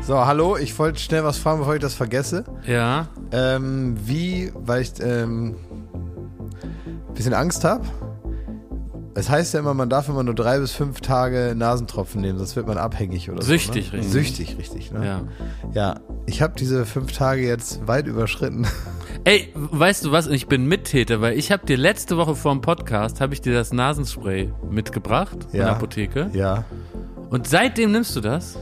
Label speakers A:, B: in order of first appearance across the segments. A: So, hallo, ich wollte schnell was fragen, bevor ich das vergesse.
B: Ja.
A: Ähm, wie, weil ich ähm, ein bisschen Angst habe. Es heißt ja immer, man darf immer nur drei bis fünf Tage Nasentropfen nehmen, sonst wird man abhängig oder
B: Süchtig,
A: so. Ne?
B: richtig.
A: Süchtig, richtig. Ne?
B: Ja.
A: ja, ich habe diese fünf Tage jetzt weit überschritten.
B: Ey, weißt du was? Ich bin Mittäter, weil ich habe dir letzte Woche vor dem Podcast habe ich dir das Nasenspray mitgebracht in der
A: Ja.
B: Apotheke.
A: ja,
B: Und seitdem nimmst du das?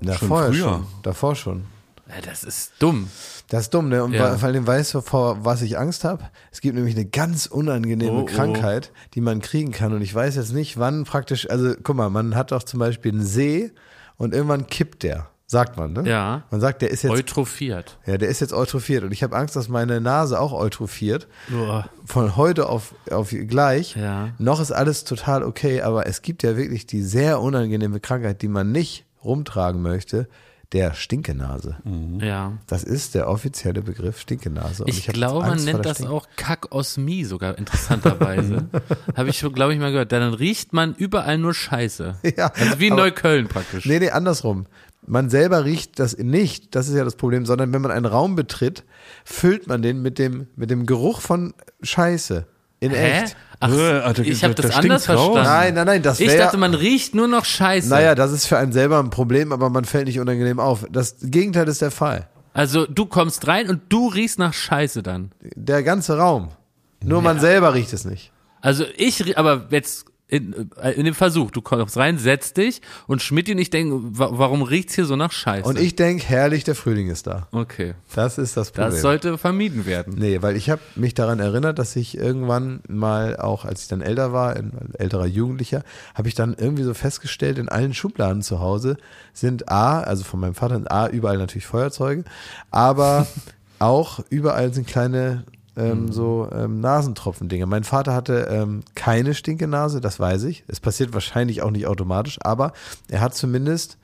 A: Na,
C: Schon
A: vorher
C: früher.
A: schon. Davor schon.
B: Ja, das ist dumm.
A: Das ist dumm, ne? Und
B: Ja.
A: wa- vor allem weißt du, vor was ich Angst habe? Es gibt nämlich eine ganz unangenehme
B: Oh, oh.
A: Krankheit, die man kriegen kann. Und ich weiß jetzt nicht, wann praktisch, also guck mal, man hat doch zum Beispiel einen See und irgendwann kippt der, sagt man, ne?
B: Ja.
A: Man sagt, der ist jetzt,
B: Eutrophiert.
A: ja, der ist jetzt eutrophiert. Und ich habe Angst, dass meine Nase auch eutrophiert.
B: Boah.
A: Von heute auf, auf gleich.
B: Ja.
A: Noch ist alles total okay, aber es gibt ja wirklich die sehr unangenehme Krankheit, die man nicht rumtragen möchte, der Stinkenase.
B: Ja.
A: Das ist der offizielle Begriff Stinkenase. Und
B: Ich,
A: hab
B: glaube,
A: Angst
B: man
A: vor
B: nennt
A: der
B: das
A: Stink-
B: auch Kakosmie sogar, interessanterweise. Habe ich, glaube ich, mal gehört. Dann riecht man überall nur Scheiße.
A: Ja,
B: also wie in
A: aber-
B: Neukölln praktisch.
A: Nee, nee, andersrum. Man selber riecht das nicht, das ist ja das Problem, sondern wenn man einen Raum betritt, füllt man den mit dem, mit dem Geruch von Scheiße. In
B: Hä?
A: echt.
B: Ach,
C: Äh, Alter,
B: ich habe
C: da-
B: das
C: da
B: anders
C: stinkt's raus.
B: verstanden.
A: Nein, nein, nein, das
B: Ich
A: wär-
B: dachte, man riecht nur noch Scheiße.
A: Naja, das ist für einen selber ein Problem, aber man fällt nicht unangenehm auf. Das Gegenteil ist der Fall.
B: Also du kommst rein und du riechst nach Scheiße dann.
A: Der ganze Raum. Nur man selber riecht es nicht.
B: Also ich, rie- aber jetzt in, äh, in dem Versuch, du kommst rein, setzt dich und Schmidt und ich denken, wa warum riecht's hier so nach Scheiße?
A: Und ich denke, herrlich, der Frühling ist da.
B: Okay,
A: Das ist das Problem.
B: das sollte vermieden werden.
A: Nee, weil ich habe mich daran erinnert, dass ich irgendwann mal auch, als ich dann älter war, ein älterer Jugendlicher, habe ich dann irgendwie so festgestellt, in allen Schubladen zu Hause sind A, also von meinem Vater, sind A, überall natürlich Feuerzeuge, aber auch überall sind kleine ähm, so ähm, Nasentropfen-Dinge. Mein Vater hatte ähm, keine Stinkenase, das weiß ich. Es passiert wahrscheinlich auch nicht automatisch, aber er hat zumindest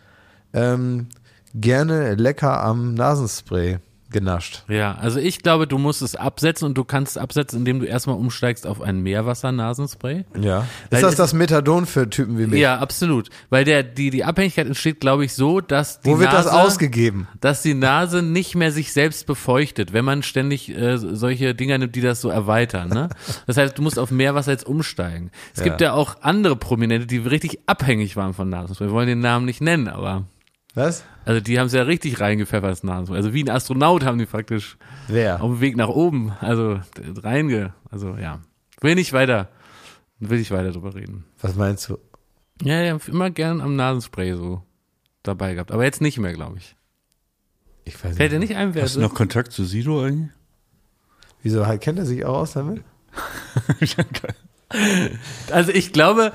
A: ähm, gerne lecker am Nasenspray genascht.
B: Ja, also ich glaube, du musst es absetzen und du kannst es absetzen, indem du erstmal umsteigst auf ein Meerwassernasenspray.
A: Ja.
B: Weil
A: Ist das
B: es-
A: das Methadon für Typen wie mich?
B: Ja, absolut. Weil der, die, die Abhängigkeit entsteht, glaube ich, so, dass die
A: Wo wird
B: Nase,
A: das ausgegeben?
B: dass die Nase nicht mehr sich selbst befeuchtet, wenn man ständig äh, solche Dinger nimmt, die das so erweitern. Ne? Das heißt, du musst auf Meerwasser jetzt umsteigen. Es gibt ja auch andere Prominente, die richtig abhängig waren von Nasenspray. Wir wollen den Namen nicht nennen, aber
A: Was?
B: also die haben es ja richtig reingepfeffert, das Nasenspray. Also wie ein Astronaut haben die praktisch
A: Wer?
B: auf dem Weg nach oben, also d- reinge, also ja. Will nicht weiter, will ich weiter drüber reden.
A: Was meinst du?
B: Ja, ja, immer gern am Nasenspray so dabei gehabt, aber jetzt nicht mehr, glaube ich.
A: Ich weiß
B: Fällt
A: nicht.
B: dir nicht ein, wer
C: Hast
B: es
C: du
B: ist?
C: noch Kontakt zu Sido eigentlich?
A: Wieso halt, kennt er sich auch aus damit?
B: Also ich glaube,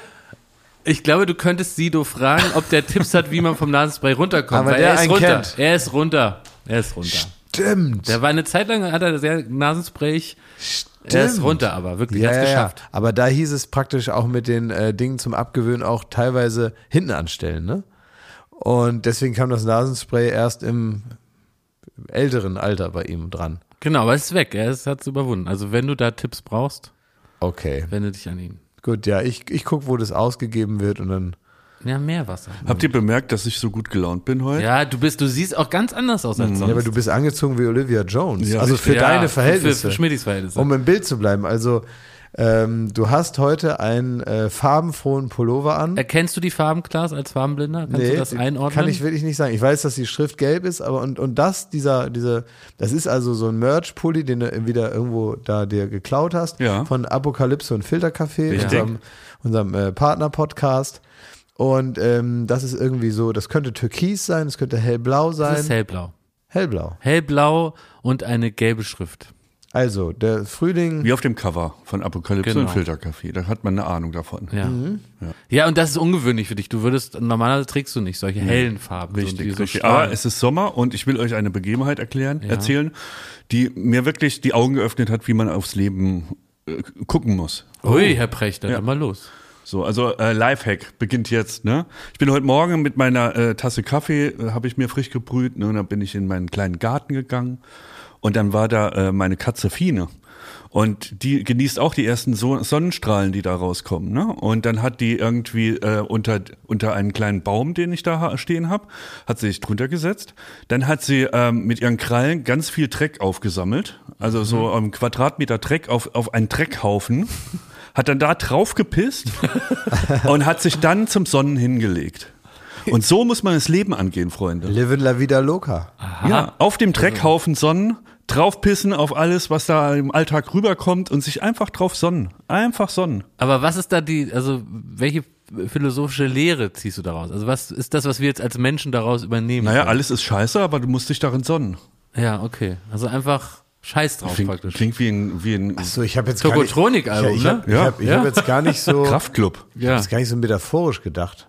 B: ich glaube, du könntest Sido fragen, ob der Tipps hat, wie man vom Nasenspray runterkommt.
A: Aber
B: weil
A: der
B: er ist
A: einen
B: runter.
A: kennt.
B: Er ist runter. Er ist runter.
A: Stimmt.
B: Der war eine Zeit lang, hat er sehr Nasenspray. Er ist runter, aber wirklich,
A: ja,
B: hat's
A: ja, ja.
B: geschafft.
A: Aber da hieß es praktisch auch mit den äh, Dingen zum Abgewöhnen auch teilweise hinten anstellen, ne? Und deswegen kam das Nasenspray erst im älteren Alter bei ihm dran.
B: Genau, aber es ist weg. Er hat es überwunden. Also wenn du da Tipps brauchst,
A: Okay.
B: wende dich an ihn.
A: Gut, ja, ich, ich guck, wo das ausgegeben wird und dann.
B: Ja, Meerwasser.
C: Habt ihr bemerkt, dass ich so gut gelaunt bin heute?
B: Ja, du bist, du siehst auch ganz anders aus als
A: Hm, Ja, aber
B: sonst.
A: du bist angezogen wie Olivia Jones.
C: Ja,
A: also
C: richtig.
A: für
B: Ja,
A: deine Verhältnisse.
B: Für, für Schmidis Verhältnisse.
A: Um im Bild zu bleiben, also ähm, du hast heute einen äh, farbenfrohen Pullover an.
B: Erkennst du die Farben, Klaas, als Farbenblinder? Äh, Kannst du das
A: die
B: einordnen?
A: Kann ich wirklich nicht sagen. Ich weiß, dass die Schrift gelb ist, aber und, und das, dieser, diese, das ist also so ein Merch-Pulli, den du wieder irgendwo da dir geklaut hast,
C: Ja.
A: von Apokalypse und Filtercafé,
C: Richtig.
A: unserem, unserem äh, Partner-Podcast. Und ähm, das ist irgendwie so, das könnte türkis sein, das könnte hellblau
B: das
A: sein.
B: ist hellblau.
A: hellblau.
B: Hellblau und eine gelbe Schrift.
A: Also, der Frühling.
C: Wie auf dem Cover von Apokalypse
B: Genau.
C: und Filterkaffee. Da hat man eine Ahnung davon.
B: Ja.
A: Mhm.
B: ja. und das ist ungewöhnlich für dich. Du würdest, normalerweise trägst du nicht solche hellen Farben. so, die
C: Richtig,
B: so
C: richtig.
B: strahlen.
C: Aber es ist Sommer und ich will euch eine Begebenheit erklären, erzählen, die mir wirklich die Augen geöffnet hat, wie man aufs Leben äh, gucken muss.
A: Oh.
B: Ui, Herr Precht, dann mal los.
C: So, also äh, Lifehack beginnt jetzt. Ne? Ich bin heute Morgen mit meiner äh, Tasse Kaffee, äh, habe ich mir frisch gebrüht ne? und dann bin ich in meinen kleinen Garten gegangen und dann war da äh, meine Katze Fine. Und die genießt auch die ersten so Sonnenstrahlen, die da rauskommen. Ne? Und dann hat die irgendwie äh, unter, unter einen kleinen Baum, den ich da ha- stehen habe, hat sie sich drunter gesetzt. Dann hat sie ähm, mit ihren Krallen ganz viel Dreck aufgesammelt. Also so ähm, Quadratmeter Dreck auf, auf einen Dreckhaufen. Hat dann da drauf gepisst und hat sich dann zum Sonnen hingelegt. Und so muss man das Leben angehen, Freunde.
A: Livin la vida loca.
C: Ja, auf dem Dreckhaufen sonnen, draufpissen auf alles, was da im Alltag rüberkommt und sich einfach drauf sonnen. Einfach sonnen.
B: Aber was ist da die, also welche philosophische Lehre ziehst du daraus? Also was ist das, was wir jetzt als Menschen daraus übernehmen?
C: Naja, alles ist scheiße, aber du musst dich darin sonnen.
B: Ja, okay. Also einfach Scheiß drauf
C: Klingt,
B: praktisch.
C: klingt wie ein, wie ein
A: So, ich habe jetzt
B: Tokotronik-Album,
A: ich, ich hab-
B: ne?
A: Ich
C: Ja.
A: habe ich
B: Ja.
A: hab jetzt gar nicht so.
C: Kraftclub.
A: Ich habe
B: Ja.
A: jetzt gar nicht so metaphorisch gedacht.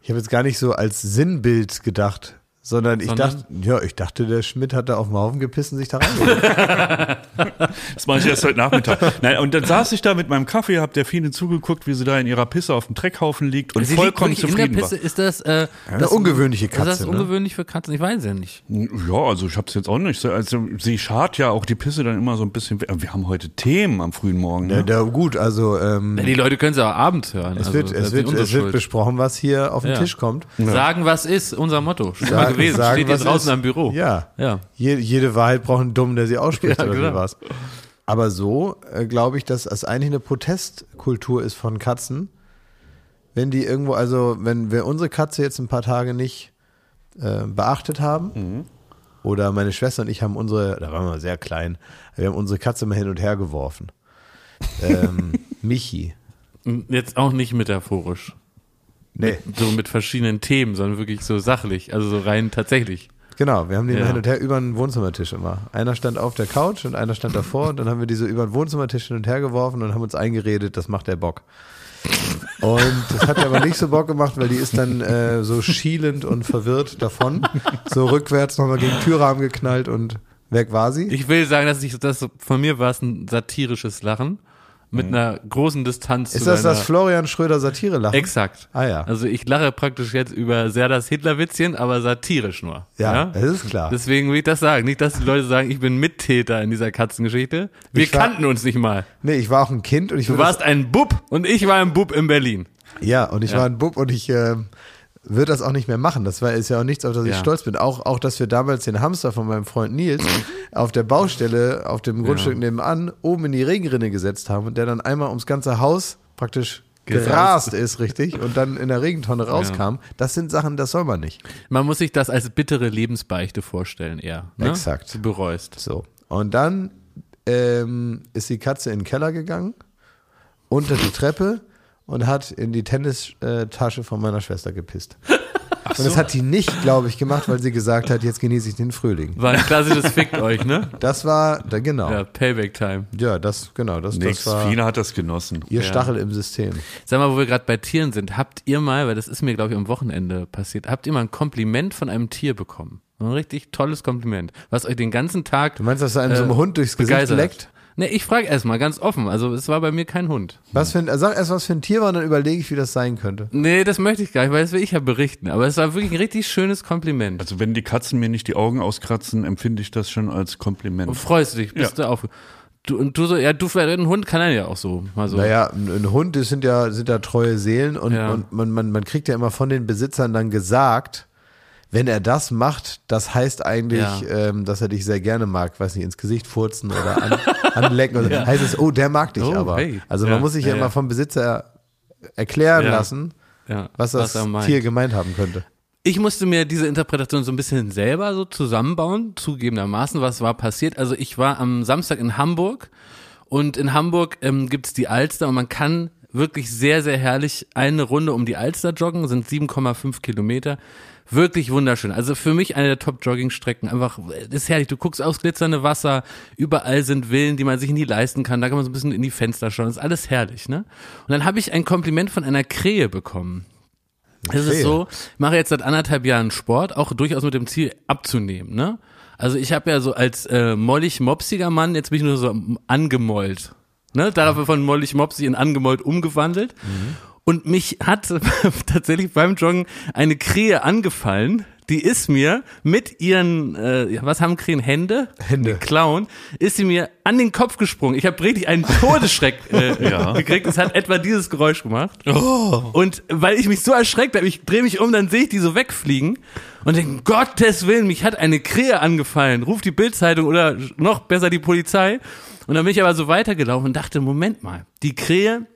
A: Ich habe jetzt gar nicht so als Sinnbild gedacht, sondern ich
B: Sondern?
A: dachte, ja, ich dachte, der Schmidt hat da auf dem Haufen gepisst und sich da reingelegt.
C: Das mache ich erst heute Nachmittag. Nein, und dann saß ich da mit meinem Kaffee, hab der Fine zugeguckt, wie sie da in ihrer Pisse auf dem Dreckhaufen liegt und
B: Sie liegt
C: vollkommen
B: wirklich in der
C: zufrieden
B: Pisse. Ist das, äh,
A: Eine
B: das
A: ungewöhnliche
B: ist das
A: Katze. Ne?
B: ungewöhnlich für Katzen? Ich weiß ja nicht.
C: war. Ja, also ich hab's jetzt auch nicht. so- Also sie schart ja auch die Pisse dann immer so ein bisschen. weg. Wir haben heute Themen am frühen Morgen.
A: Ja,
C: Ne?
A: da, gut, also ähm,
B: Ja, die Leute können es ja auch abends hören. Also,
A: es, wird, es, wird, es wird besprochen, was hier auf den
B: Ja.
A: Tisch kommt.
B: Sagen, was ist, unser Motto. Schon mal
A: Sagen-
B: gewesen.
A: sagen,
B: Steht hier
A: was
B: draußen
A: ist.
B: am Büro.
A: Ja.
B: Ja.
A: Je, jede Wahrheit braucht einen Dummen, der sie ausspricht
B: Ja,
A: oder
B: genau.
A: wie war's. Aber so äh, glaube ich, dass es eigentlich eine Protestkultur ist von Katzen. Wenn die irgendwo, also wenn wir unsere Katze jetzt ein paar Tage nicht äh, beachtet haben,
B: Mhm.
A: oder meine Schwester und ich haben unsere, da waren wir sehr klein, wir haben unsere Katze mal hin und her geworfen. Ähm, Michi.
B: Jetzt auch nicht metaphorisch.
A: Nee,
B: So mit verschiedenen Themen, sondern wirklich so sachlich. Also so rein tatsächlich.
A: genau, wir haben die mal
B: Ja.
A: hin und her über den Wohnzimmertisch immer. Einer stand auf der Couch und einer stand davor und dann haben wir die so über den Wohnzimmertisch hin und her geworfen und haben uns eingeredet, das macht der Bock. Und das hat aber nicht so Bock gemacht, weil die ist dann äh, so schielend und verwirrt davon. So rückwärts nochmal gegen den Türrahmen geknallt und weg war sie.
B: Ich will sagen, dass ich das von mir war es ein satirisches Lachen mit einer großen Distanz
A: Mhm. Ist
B: zu
A: das
B: deiner,
A: das Florian Schröder Satire-Lachen?
B: Exakt.
A: Ah ja.
B: Also ich lache praktisch jetzt über Serdas Hitlerwitzchen, aber satirisch nur.
A: ja, es ist klar.
B: Deswegen will ich das sagen. Nicht, dass die Leute sagen, ich bin Mittäter in dieser Katzengeschichte. Wir
A: Ich war-
B: kannten uns nicht mal.
A: Nee, ich war auch ein Kind und ich
B: Du
A: würde
B: warst ein Bub und ich war ein Bub in Berlin.
A: Ja, und ich war ein Bub und ich äh, würde das auch nicht mehr machen. Das war, ist ja auch nichts, auf das ich
B: Ja.
A: stolz bin. Auch, auch, dass wir damals den Hamster von meinem Freund Nils auf der Baustelle, auf dem Grundstück nebenan, oben in die Regenrinne gesetzt haben und der dann einmal ums ganze Haus praktisch gerast ist, richtig, und dann in der Regentonne rauskam. Das sind Sachen, das soll man nicht.
B: Man muss sich das als bittere Lebensbeichte vorstellen, eher. Ne?
A: Exakt.
B: Du bereust.
A: So. Und dann ähm, ist die Katze in den Keller gegangen, unter die Treppe und hat in die Tennistasche von meiner Schwester gepisst. Und das hat die nicht, glaube ich, gemacht, weil sie gesagt hat, jetzt genieße ich den Frühling.
B: War ein klassisches Fickt euch, ne?
A: Das war, da, genau.
B: Ja,
A: Ja,
B: Payback-Time.
A: das, genau, das,
C: Nix.
A: das war
C: Fine hat das genossen.
A: ihr Stachel im System.
B: Sag mal, wo wir gerade bei Tieren sind, habt ihr mal, weil das ist mir, glaube ich, am Wochenende passiert, habt ihr mal ein Kompliment von einem Tier bekommen? Ein richtig tolles Kompliment, was euch den ganzen Tag.
A: Du meinst, dass du einem so einem Hund durchs Gesicht leckt?
B: Ne, ich frage erstmal ganz offen. Also es war bei mir kein Hund.
A: Was für ein, sag erst, was für ein Tier war, und dann überlege ich, wie das sein könnte.
B: Nee, das möchte ich gar nicht, weil das will ich ja berichten. Aber es war wirklich ein richtig schönes Kompliment.
C: Also wenn die Katzen mir nicht die Augen auskratzen, empfinde ich das schon als Kompliment.
B: Freust du dich, bist du auf. Du, und du so, ja, du ein Hund kann er ja auch so. Mal so.
A: Naja, ein ein Hund das sind ja, sind ja treue Seelen und,
B: Ja.
A: und man, man, man kriegt ja immer von den Besitzern dann gesagt, wenn er das macht, das heißt eigentlich,
B: Ja.
A: ähm, dass er dich sehr gerne mag, weiß nicht, ins Gesicht furzen oder an, anlecken. Oder so. Heißt es, oh, der mag dich
B: Oh,
A: aber.
B: hey.
A: Also
B: Ja,
A: man muss sich ja,
B: ja, ja.
A: immer vom Besitzer erklären
B: Ja.
A: lassen,
B: ja,
A: was das
B: er meint.
A: Tier gemeint haben könnte.
B: ich musste mir diese Interpretation so ein bisschen selber so zusammenbauen, zugegebenermaßen, was war passiert. Also ich war am Samstag in Hamburg und in Hamburg ähm, gibt es die Alster und man kann wirklich sehr, sehr herrlich eine Runde um die Alster joggen, sind 7,5 Kilometer. Wirklich wunderschön. Also für mich eine der Top-Jogging-Strecken. Einfach, äh, ist herrlich. Du guckst aufs glitzernde Wasser, überall sind Villen, die man sich nie leisten kann. Da kann man so ein bisschen in die Fenster schauen. Ist alles herrlich, ne? Und dann habe ich ein Kompliment von einer Krähe bekommen. Es ist
A: Krähe.
B: so, ich mache jetzt seit anderthalb Jahren Sport, auch durchaus mit dem Ziel abzunehmen, ne? Also ich habe ja so als äh, mollig-mopsiger Mann, jetzt bin ich nur so angemollt. Ne? Darauf von mollig-mopsig in angemollt umgewandelt. Und mich hat tatsächlich beim Joggen eine Krähe angefallen, die ist mir mit ihren, äh, ja, was haben Krähen? Hände?
A: Hände.
B: Die Klauen, ist sie mir an den Kopf gesprungen. Ich habe richtig einen Todesschreck äh,
C: Ja.
B: gekriegt. Es hat etwa dieses Geräusch gemacht. Und weil ich mich so erschreckt habe, ich drehe mich um, dann sehe ich die so wegfliegen und denke, Gottes Willen, mich hat eine Krähe angefallen. Ruf die Bildzeitung oder noch besser die Polizei. Und dann bin ich aber so weitergelaufen und dachte, Moment mal, die Krähe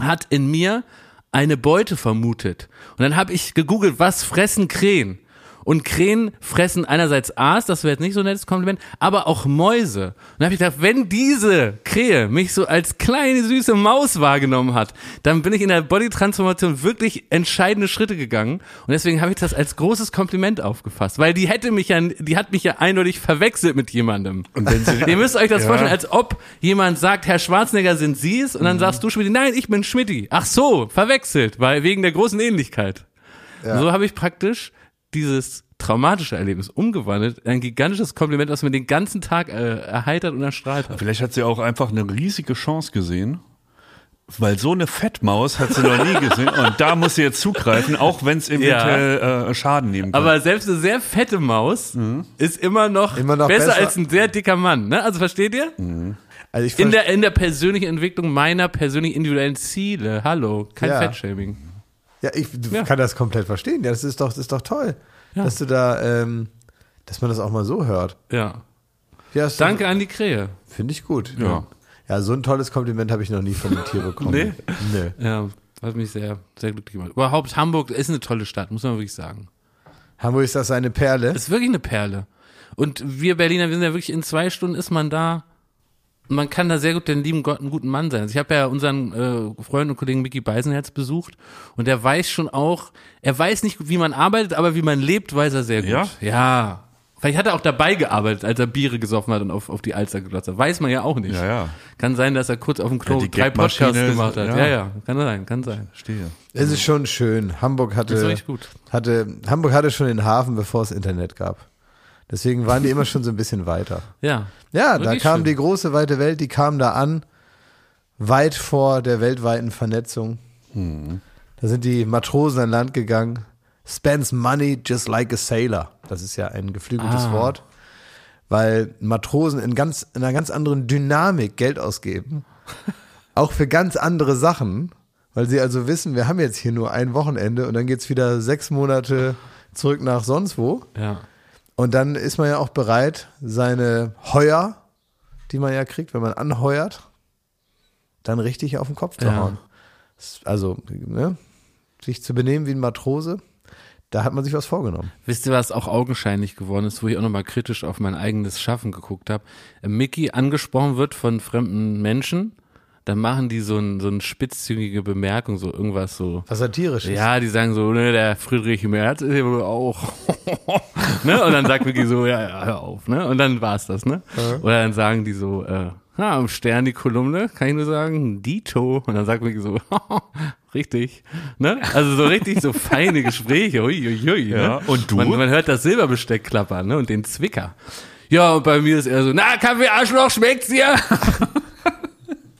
B: hat in mir eine Beute vermutet. Und dann habe ich gegoogelt, was fressen Krähen? Und Krähen fressen einerseits Aas, das wäre jetzt nicht so ein nettes Kompliment, aber auch Mäuse. Und dann habe ich gedacht, wenn diese Krähe mich so als kleine süße Maus wahrgenommen hat, dann bin ich in der Body-Transformation wirklich entscheidende Schritte gegangen. Und deswegen habe ich das als großes Kompliment aufgefasst, weil die hätte mich ja, die hat mich ja eindeutig verwechselt mit jemandem.
C: Und wenn sie,
B: Ihr müsst euch das
C: Ja.
B: vorstellen, als ob jemand sagt, Herr Schwarzenegger sind Sie es,
A: Mhm.
B: und dann sagst du Schmidt, nein, ich bin Schmidti. Ach so, verwechselt, weil wegen der großen Ähnlichkeit. So habe ich praktisch dieses traumatische Erlebnis umgewandelt, in ein gigantisches Kompliment, was mir den ganzen Tag äh, erheitert und erstrahlt hat.
C: vielleicht hat sie auch einfach eine riesige Chance gesehen. Weil so eine Fettmaus hat sie noch nie gesehen und da muss sie jetzt zugreifen, auch wenn es eventuell äh, Schaden nehmen kann.
B: Aber selbst eine sehr fette Maus ist immer noch,
A: Mhm. Immer noch
B: besser,
A: besser.
B: als ein sehr dicker Mann. Ne? Also versteht ihr?
A: Also ich
B: In, der, in der persönlichen Entwicklung meiner persönlich individuellen Ziele. Hallo, kein
A: Ja.
B: Fettshaming.
A: Ja, ich du
B: Ja.
A: kann das komplett verstehen. Ja, das ist doch, das ist doch toll, dass du da, ähm, dass man das auch mal so hört.
B: Ja.
A: Ja, ist-
B: Danke an die Krähe.
A: Finde ich gut.
C: Ja.
A: Ja, so ein tolles Kompliment habe ich noch nie von einem Tier bekommen.
C: Nee?
A: Nee.
B: Ja, hat mich sehr, sehr glücklich gemacht. Überhaupt, Hamburg ist eine tolle Stadt, muss man wirklich sagen.
A: Hamburg ist das eine Perle.
B: Ist wirklich eine Perle. Und wir Berliner, wir sind ja wirklich in zwei Stunden ist man da. Man kann da sehr gut den lieben Gott einen guten Mann sein. Also ich habe ja unseren äh, Freund und Kollegen Mickey Beisenherz besucht und der weiß schon auch, er weiß nicht, wie man arbeitet, aber wie man lebt, weiß er sehr gut.
C: Ja?
B: ja. Vielleicht hat er auch dabei gearbeitet, als er Biere gesoffen hat und auf, auf die Alster geglotzt hat. Weiß man ja auch nicht.
C: Ja, ja.
B: Kann sein, dass er kurz auf dem Klo
C: Ja, die
B: drei Podcasts
C: Gagmaschine ist-
B: gemacht hat.
C: ja.
B: ja, ja. Kann sein, kann sein.
C: Stehe.
A: Es ist schon schön. Hamburg hatte,
B: Ist wirklich gut.
A: hatte, Hamburg hatte schon den Hafen, bevor es Internet gab. Deswegen waren die immer schon so ein bisschen weiter.
B: Ja.
A: Ja, da
B: Wirklich
A: kam
B: schön.
A: die große weite Welt, die kam da an, weit vor der weltweiten Vernetzung.
B: Hm.
A: Da sind die Matrosen an Land gegangen. Spends money just like a sailor. Das ist ja ein geflügeltes
B: Ah.
A: Wort, weil Matrosen in ganz in einer ganz anderen Dynamik Geld ausgeben, auch für ganz andere Sachen, weil sie also wissen, wir haben jetzt hier nur ein Wochenende und dann geht's wieder sechs Monate zurück nach sonst wo.
B: Ja.
A: Und dann ist man ja auch bereit, seine Heuer, die man ja kriegt, wenn man anheuert, dann richtig auf den Kopf zu
B: Ja.
A: hauen. S- Also, ne? sich zu benehmen wie ein Matrose, da hat man sich was vorgenommen.
B: Wisst ihr, was auch augenscheinlich geworden ist, wo ich auch nochmal kritisch auf mein eigenes Schaffen geguckt habe? Äh, Mickey angesprochen wird von fremden Menschen, dann machen die so ein so ein spitzzüngige Bemerkung, so irgendwas so.
A: Was satirisch ist.
B: Ja, die sagen so, ne, der Friedrich Merz ist ja wohl auch. ne? Und dann sagt Vicky so, ja, ja, hör auf, ne? Und dann war's das, ne? Oder dann sagen die so, äh, na, am Stern die Kolumne, kann ich nur sagen, Dito. Und dann sagt Vicky so, richtig, ne? Also so richtig so feine Gespräche, hui, hui, hui,
C: Ja,
B: ne?
C: und du?
B: Man, man hört das Silberbesteck klappern, ne? Und den Zwicker. Ja, und bei mir ist er so, na, Kaffee Arschloch, schmeckt's dir?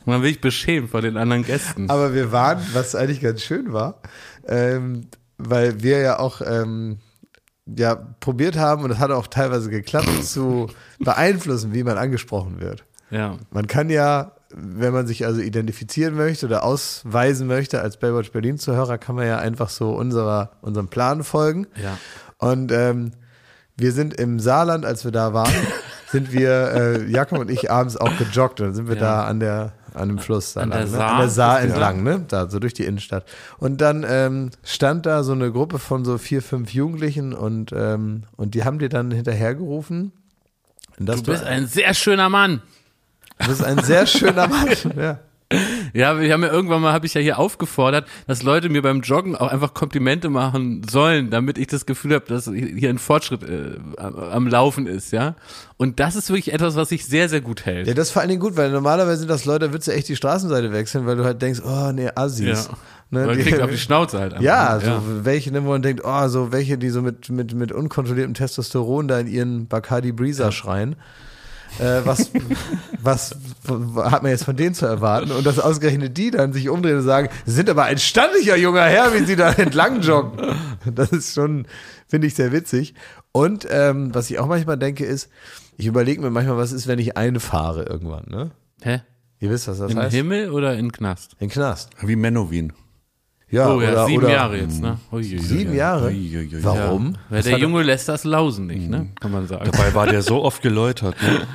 B: Man will ich beschämt vor den anderen Gästen.
A: Aber wir waren, was eigentlich ganz schön war, ähm, weil wir ja auch ähm, ja, probiert haben, und das hat auch teilweise geklappt, zu beeinflussen, wie man angesprochen wird.
B: Ja.
A: Man kann ja, wenn man sich also identifizieren möchte oder ausweisen möchte als Baywatch Berlin Zuhörer, kann man ja einfach so unserer, unserem Plan folgen.
B: Ja.
A: Und ähm, wir sind im Saarland, als wir da waren, sind wir, äh, Jakob und ich, abends auch gejoggt. Und dann sind wir da an der an dem Fluss da
B: An der
A: lang, ne?
B: Saar?
A: an der Saar
B: Ja.
A: entlang, ne? Da so durch die Innenstadt. Und dann ähm, stand da so eine Gruppe von so vier, fünf Jugendlichen und, ähm, und die haben dir dann hinterhergerufen. dass
B: Du bist ein sehr schöner Mann.
A: du bist ein sehr schöner Mann. Ja.
B: Ja, wir haben ja irgendwann mal, habe ich ja hier aufgefordert, dass Leute mir beim Joggen auch einfach Komplimente machen sollen, damit ich das Gefühl habe, dass hier ein Fortschritt äh, am- am Laufen ist, ja. Und das ist wirklich etwas, was sich sehr, sehr gut hält.
A: Ja, das ist vor allen Dingen gut, weil normalerweise sind das Leute, da würdest du echt die Straßenseite wechseln, weil du halt denkst, oh nee, Assis.
B: Ja.
A: Ne,
B: Man
A: die-
B: kriegt auf die Schnauze halt. einfach,
A: ja, so
B: ja.
A: welche, ne, wo man denkt, oh, so welche, die so mit, mit, mit unkontrolliertem Testosteron da in ihren Bacardi Breezer schreien. äh, was, was hat man jetzt von denen zu erwarten? Und dass ausgerechnet die dann sich umdrehen und sagen, "Sie sind aber ein standlicher junger Herr, wie sie da entlang joggen. Das ist schon, finde ich, sehr witzig. Und ähm, was ich auch manchmal denke, ist, ich überlege mir manchmal, was ist, wenn ich einfahre irgendwann, ne?
B: Hä?
A: Ihr wisst, was das
B: Im
A: heißt?
B: Himmel oder in Knast?
A: In Knast.
C: Wie Menowin.
A: Ja,
B: Oh ja,
A: oder,
B: sieben
A: oder
B: Jahre jetzt, ne? Uiuiui.
A: Sieben Jahre?
C: Uiuiui.
A: Warum?
B: Weil der Junge lässt das lausen nicht, ne?
A: Mhm.
B: Kann man sagen.
C: Dabei war der so oft geläutert. Ne?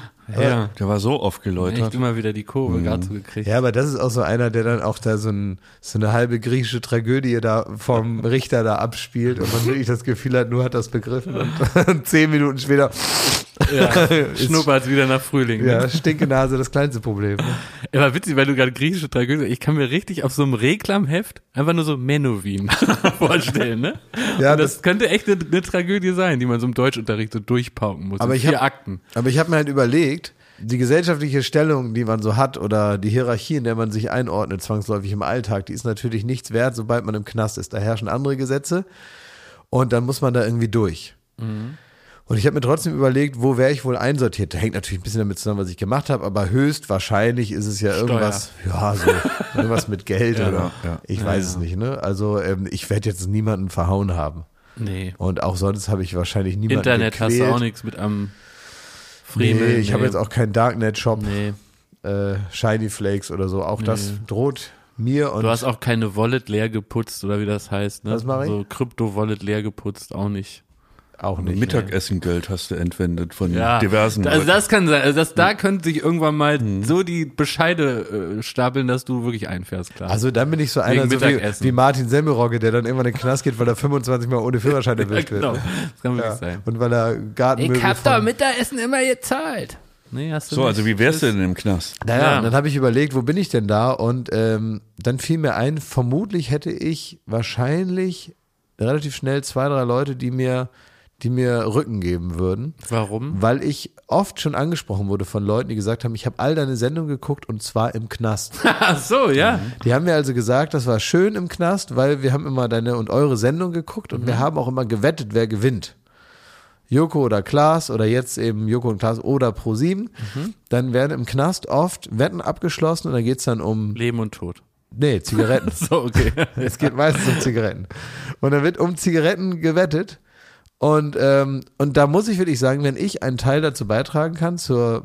B: ja.
C: Der war so oft
B: Echt
C: geläutert.
B: immer wieder die Kurve
A: Mhm.
B: gerade so gekriegt.
A: Ja, aber das ist auch so einer, der dann auch da so, ein, so eine halbe griechische Tragödie da vom Richter da abspielt und man wirklich das Gefühl hat, nur hat das begriffen und, zehn Minuten später,
B: Ja. Schnuppert wieder nach Frühling. ne?
A: ja, Stinkenase, das kleinste Problem. ne?
B: Aber witzig, weil du gerade griechische Tragödie, ich kann mir richtig auf so einem Reklamheft einfach nur so Menowin vorstellen, ne?
A: Ja,
B: Ja, das,
A: das-
B: könnte echt eine, eine Tragödie sein, die man so im Deutschunterricht so durchpauken muss.
A: Aber
B: So
A: ich
B: vier
A: hab-
B: Akten.
A: Aber ich habe mir halt überlegt, die gesellschaftliche Stellung, die man so hat oder die Hierarchie, in der man sich einordnet, zwangsläufig im Alltag, die ist natürlich nichts wert, sobald man im Knast ist. Da herrschen andere Gesetze und dann muss man da irgendwie durch.
C: Mhm.
A: Und ich habe mir trotzdem überlegt, wo wäre ich wohl einsortiert. Hängt natürlich ein bisschen damit zusammen, was ich gemacht habe, aber höchstwahrscheinlich ist es ja irgendwas, ja, so irgendwas mit Geld oder
C: ja.
A: ich weiß es nicht. Ne? Also ähm, ich werde jetzt niemanden verhauen haben.
B: Nee.
A: Und auch sonst habe ich wahrscheinlich niemanden
B: Internet
A: gequält.
B: hast du auch nichts mit am Fremen.
A: Nee, ich habe jetzt auch keinen Darknet-Shop,
B: Nee.
A: äh, Shiny Flakes oder so. Auch das droht mir und
B: Du hast auch keine Wallet leer geputzt oder wie das heißt, ne?
A: Was mach ich?
B: So Krypto-Wallet leer geputzt, auch nicht.
A: auch nicht.
C: Mittagessengeld hast du entwendet von diversen.
B: Also
C: Leuten.
B: das kann sein. Also das,
A: Hm.
B: da könnte sich irgendwann mal so die Bescheide äh, stapeln, dass du wirklich einfährst, klar.
A: Also dann bin ich so einer
B: Wegen
A: so wie,
B: Mittagessen.
A: wie Martin Semmelrogge, der dann irgendwann in den Knast geht, weil er 25 Mal ohne Führerschein erwischt wird.
B: genau. Das kann wirklich
A: Ja.
B: sein.
A: Und weil er Gartenmöbel von-
B: Mittagessen immer gezahlt. Nee, hast du
C: so,
B: nicht.
C: also wie wärst du denn im Knast?
A: Naja,
B: Ja.
A: und dann habe ich überlegt, wo bin ich denn da? Und ähm, dann fiel mir ein, vermutlich hätte ich wahrscheinlich relativ schnell zwei, drei Leute, die mir, die mir Rücken geben würden.
B: Warum?
A: Weil ich oft schon angesprochen wurde von Leuten, die gesagt haben, ich habe all deine Sendung geguckt und zwar im Knast.
B: Ach so, ja.
A: Die haben mir also gesagt, das war schön im Knast, weil wir haben immer deine und eure Sendung geguckt und wir haben auch immer gewettet, wer gewinnt. Joko oder Klaas oder jetzt eben Joko und Klaas oder ProSieben, dann werden im Knast oft Wetten abgeschlossen und dann geht's dann um,
B: Leben und Tod.
A: nee, Zigaretten.
B: So, okay.
A: Es geht meistens um Zigaretten. Und dann wird um Zigaretten gewettet. Und, ähm, und da muss ich wirklich sagen, wenn ich einen Teil dazu beitragen kann, zur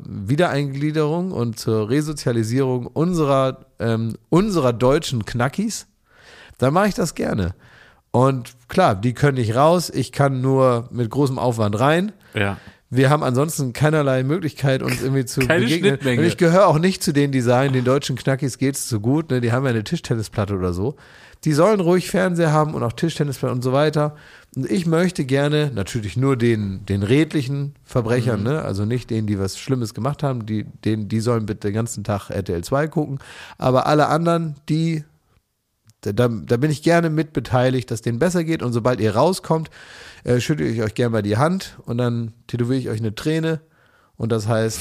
A: Wiedereingliederung und zur Resozialisierung unserer, ähm, unserer deutschen Knackis, dann mache ich das gerne. Und klar, die können nicht raus, ich kann nur mit großem Aufwand rein.
B: ja.
A: Wir haben ansonsten keinerlei Möglichkeit, uns irgendwie zu
B: Keine
A: begegnen.
B: Schnittmenge.
A: Und ich gehöre auch nicht zu denen, die sagen, den deutschen Knackis geht's zu gut, ne? die haben ja eine Tischtennisplatte oder so. Die sollen ruhig Fernseher haben und auch Tischtennisplatte und so weiter. Und ich möchte gerne, natürlich nur den, den redlichen Verbrechern,
B: Mhm.
A: ne? also nicht denen, die was Schlimmes gemacht haben, die, denen, die sollen bitte den ganzen Tag RTL 2 gucken, aber alle anderen, die da, da, da bin ich gerne mit beteiligt, dass denen besser geht. Und sobald ihr rauskommt, äh, schüttle ich euch gerne mal die Hand und dann tätowiere ich euch eine Träne. Und das heißt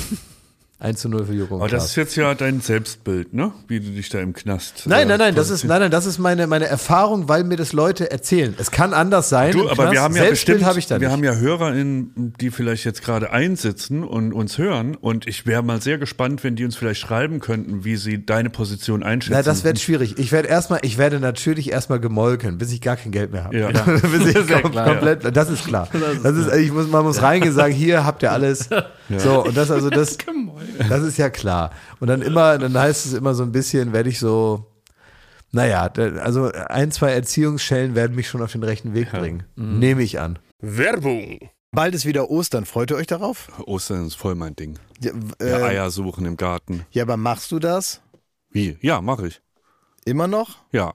A: 1 zu 0 für Joko. und
C: Aber Oh, das
A: Klaas.
C: ist jetzt ja dein Selbstbild, ne? Wie du dich da im Knast.
A: Nein,
C: äh,
A: nein, nein, das ist, nein, nein, das ist meine, meine Erfahrung, weil mir das Leute erzählen. Es kann anders sein.
C: Du,
A: im
C: aber wir
A: Knast.
C: haben ja
A: Selbstbild
C: bestimmt,
A: habe ich da
C: wir
A: nicht.
C: haben ja HörerInnen, die vielleicht jetzt gerade einsitzen und uns hören. Und ich wäre mal sehr gespannt, wenn die uns vielleicht schreiben könnten, wie sie deine Position einschätzen.
A: Na, das wird schwierig. Ich werde erstmal, ich werde natürlich erstmal gemolken, bis ich gar kein Geld mehr habe.
C: Ja.
A: bis ich
B: Das ist ja
A: kom
B: klar.
A: komplett, das ist klar. Das ist, ich muss, man muss reingehen und sagen, hier habt ihr alles. So, und das, also das, das ist ja klar. Und dann immer, dann heißt es immer so ein bisschen, werde ich so, naja, da- also ein, zwei Erziehungsschellen werden mich schon auf den rechten Weg bringen. Nehme ich an.
D: Werbung.
A: Bald ist wieder Ostern. Freut ihr euch darauf?
C: Ostern ist voll mein Ding.
E: Ja,
C: Ja,
A: Ähm.
E: äh,
C: Eier suchen im Garten.
E: ja, aber machst du das
C: Wie? Ja, mache ich.
E: immer noch?
C: Ja.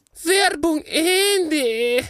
D: Werbung Ende.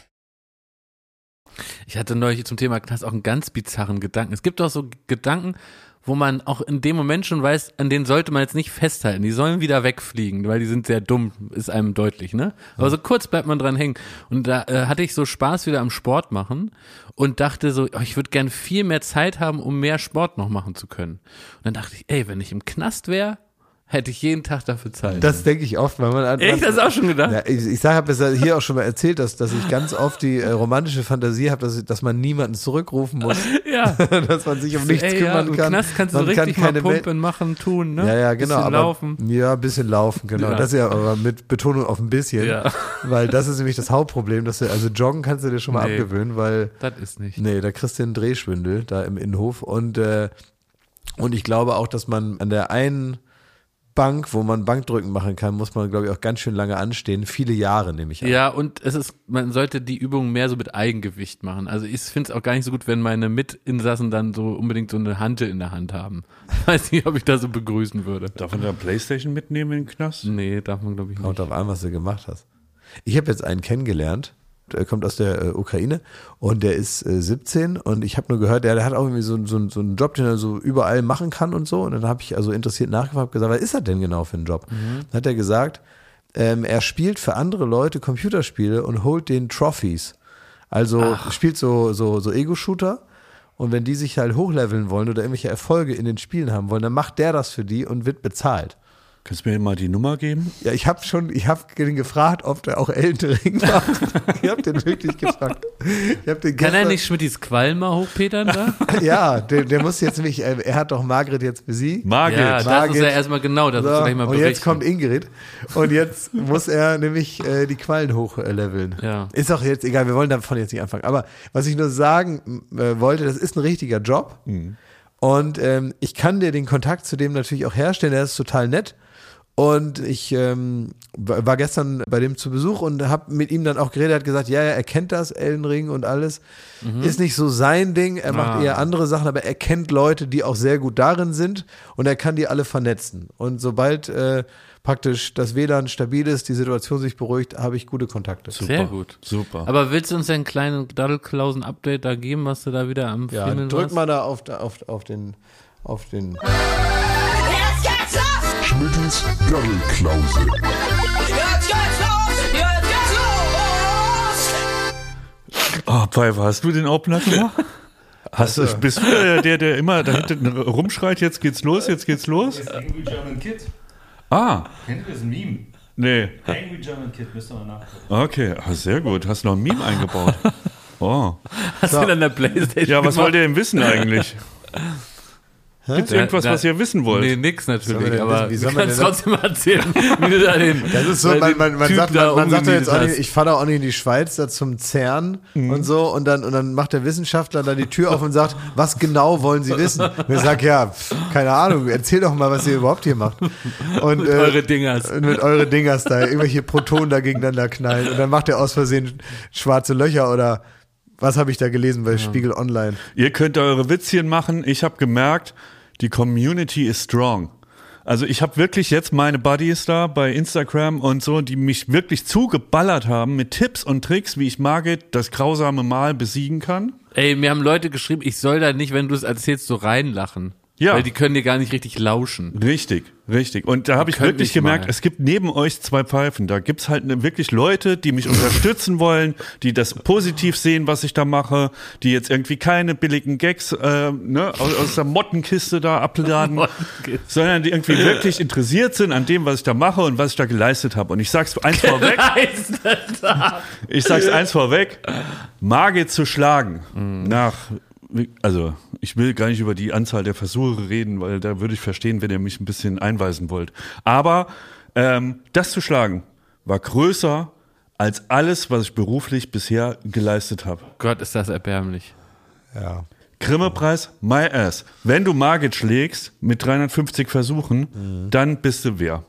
B: Ich hatte neulich zum Thema Knast auch einen ganz bizarren Gedanken. Es gibt auch so Gedanken, wo man auch in dem Moment schon weiß, an denen sollte man jetzt nicht festhalten. Die sollen wieder wegfliegen, weil die sind sehr dumm, ist einem deutlich, ne? Aber so kurz bleibt man dran hängen. Und da äh, hatte ich so Spaß wieder am Sport machen und dachte so, oh, ich würde gern viel mehr Zeit haben, um mehr Sport noch machen zu können. Und dann dachte ich, ey, wenn ich im Knast wäre, hätte ich jeden Tag dafür Zeit.
A: Das denke ich oft, weil man an-
B: Echt? Hast du auch schon gedacht?
A: Ja, ich ich habe es ja hier auch schon mal erzählt, dass, dass ich ganz oft die äh, romantische Fantasie habe, dass, ich- dass man niemanden zurückrufen muss,
B: Ja.
A: dass man sich um nichts
B: Ey,
A: kümmern
B: ja, im
A: kann.
B: Knast kannst du
A: man
B: richtig
A: kann keine
B: mal
A: Mel-
B: pumpen, machen, tun, ne?
A: Ja, ja, genau.
B: Bisschen
A: aber,
B: laufen.
A: Ja, ein bisschen laufen, genau.
B: Ja.
A: Das ist ja aber mit Betonung auf ein bisschen.
B: Ja.
A: Weil das ist nämlich das Hauptproblem, dass du, also joggen kannst du dir schon mal
B: Nee.
A: abgewöhnen, weil,
B: Das ist nicht.
A: nee, da kriegst du den Drehschwindel da im Innenhof und, äh, und ich glaube auch, dass man an der einen Bank, wo man Bankdrücken machen kann, muss man, glaube ich, auch ganz schön lange anstehen. Viele Jahre nehme ich an.
B: Ja, und es ist, man sollte die Übung mehr so mit Eigengewicht machen. Also ich finde es auch gar nicht so gut, wenn meine Mitinsassen dann so unbedingt so eine Hantel in der Hand haben. Ich weiß nicht, ob ich das so begrüßen würde.
C: Darf man da Playstation mitnehmen in den Knast?
B: Nee, darf man, glaube ich, nicht.
A: Kommt Genau, auf an, was du gemacht hast. Ich habe jetzt einen kennengelernt, der kommt aus der äh, Ukraine und der ist äh, 17 und ich habe nur gehört, der, der hat auch irgendwie so, so, so einen Job, den er so überall machen kann und so. Und dann habe ich also interessiert nachgefragt, hab gesagt, was ist das denn genau für ein Job? Dann hat er gesagt, ähm, er spielt für andere Leute Computerspiele und holt den Trophies. Also spielt so, so, so Ego-Shooter. Und wenn die sich halt hochleveln wollen oder irgendwelche Erfolge in den Spielen haben wollen, dann macht der das für die und wird bezahlt.
C: Kannst du mir mal die Nummer geben?
A: Ja, ich habe schon, ich habe den gefragt, ob der auch Elden Ring macht. ich habe den wirklich gefragt. Ich hab den
B: Kann er
A: gestern-
B: nicht Schmittis Qualm mal hochpetern da?
A: Ja, der, der muss jetzt nicht, äh, er hat doch Margret jetzt besiegt.
C: Margit.
B: ja, das
A: Margit.
B: ist ja erstmal genau, das muss ich gleich mal
A: und
B: berichten.
A: jetzt kommt Ingrid und jetzt muss er nämlich äh, die Quallen hochleveln.
B: Ja.
A: Ist auch jetzt egal, wir wollen davon jetzt nicht anfangen. Aber was ich nur sagen äh, wollte, das ist ein richtiger Job und ähm, ich kann dir den Kontakt zu dem natürlich auch herstellen, er ist total nett. Und ich ähm, wa- war gestern bei dem zu Besuch und habe mit ihm dann auch geredet, Er hat gesagt, ja, ja, er kennt das, Elden Ring und alles. Ist nicht so sein Ding, er macht eher andere Sachen, aber er kennt Leute, die auch sehr gut darin sind und er kann die alle vernetzen. Und sobald äh, praktisch das WLAN stabil ist, die Situation sich beruhigt, habe ich gute Kontakte.
B: Sehr gut.
C: Super.
B: Aber willst du uns ja einen kleinen Daddelklausen-Update da geben, was du da wieder am
A: Ja,
B: Friemeln
A: drück
B: warst?
A: mal da auf, auf, auf den auf den
F: Jetzt geht's los!
G: Schmittels Doppelklause.
F: Jetzt geht's los! Jetzt geht's los!
C: Pfeife, hast Ah, du den Opener gemacht? Hast
B: Also.
C: du, bist du der, der, der immer da hinten rumschreit, jetzt geht's los, jetzt geht's los?
H: Angry German Kid.
C: Ah,
H: Kennt ihr das Meme?
C: nee.
H: Angry German Kid, müsst ihr mal nachgucken.
C: Okay, ah, sehr gut. Hast noch ein Meme eingebaut. Oh.
B: Hast du dann der Playstation
C: Ja, was
B: gemacht?
C: wollt ihr denn wissen eigentlich? Gibt's irgendwas,
B: Ja,
C: was ihr wissen wollt?
B: Nee, nix
A: Soll man
B: natürlich,
A: denn
B: aber
A: wissen, wie
B: du
A: soll man
B: kannst
A: denn-
B: trotzdem erzählen, wie du da den
A: Das ist so,
B: äh,
A: man,
B: den
A: man, man
B: Typ
A: sagt, halt- man,
B: da
A: man sagt ja jetzt auch nicht,
B: umgenietet
A: ich fahre da auch nicht in die Schweiz, da zum CERN und so und dann, und dann macht der Wissenschaftler da die Tür auf und sagt, was genau wollen Sie wissen? Und ich sage, ja, pf, keine Ahnung, erzähl doch mal, was ihr überhaupt hier macht. Und, äh,
B: hast. Eure Dingers.
A: Und mit eure Dingers da, irgendwelche Protonen da gegeneinander knallen. Und dann macht er aus Versehen schwarze Löcher oder was habe ich da gelesen bei Spiegel Online?
C: Ihr könnt eure Witzchen machen. Ich habe gemerkt, die Community ist strong. Also ich habe wirklich jetzt meine Buddies da bei Instagram und so, die mich wirklich zugeballert haben mit Tipps und Tricks, wie ich Margit das grausame Mal besiegen kann.
B: Ey, mir haben Leute geschrieben, ich soll da nicht, wenn du es erzählst, so reinlachen.
C: Ja.
B: Weil die können dir gar nicht richtig lauschen.
C: Richtig, richtig. Und da habe ich
B: könnt
C: wirklich
B: mich
C: gemerkt,
B: mal.
C: es gibt neben euch zwei Pfeifen. Da gibt's halt ne- wirklich Leute, die mich unterstützen wollen, die das positiv sehen, was ich da mache, die jetzt irgendwie keine billigen Gags äh, ne, aus, aus der Mottenkiste da abladen, sondern die irgendwie wirklich interessiert sind an dem, was ich da mache und was ich da geleistet habe. Und ich sag's eins vorweg, ich sag's eins vorweg, Margit zu schlagen nach also ich will gar nicht über die Anzahl der Versuche reden, weil da würde ich verstehen, wenn ihr mich ein bisschen einweisen wollt. Aber ähm, das zu schlagen war größer als alles, was ich beruflich bisher geleistet habe.
B: Oh Gott, ist das erbärmlich.
A: Ja.
C: Grimme-Preis, my ass. Wenn du Margit schlägst mit 350 Versuchen,
B: Mhm.
C: dann bist du wer?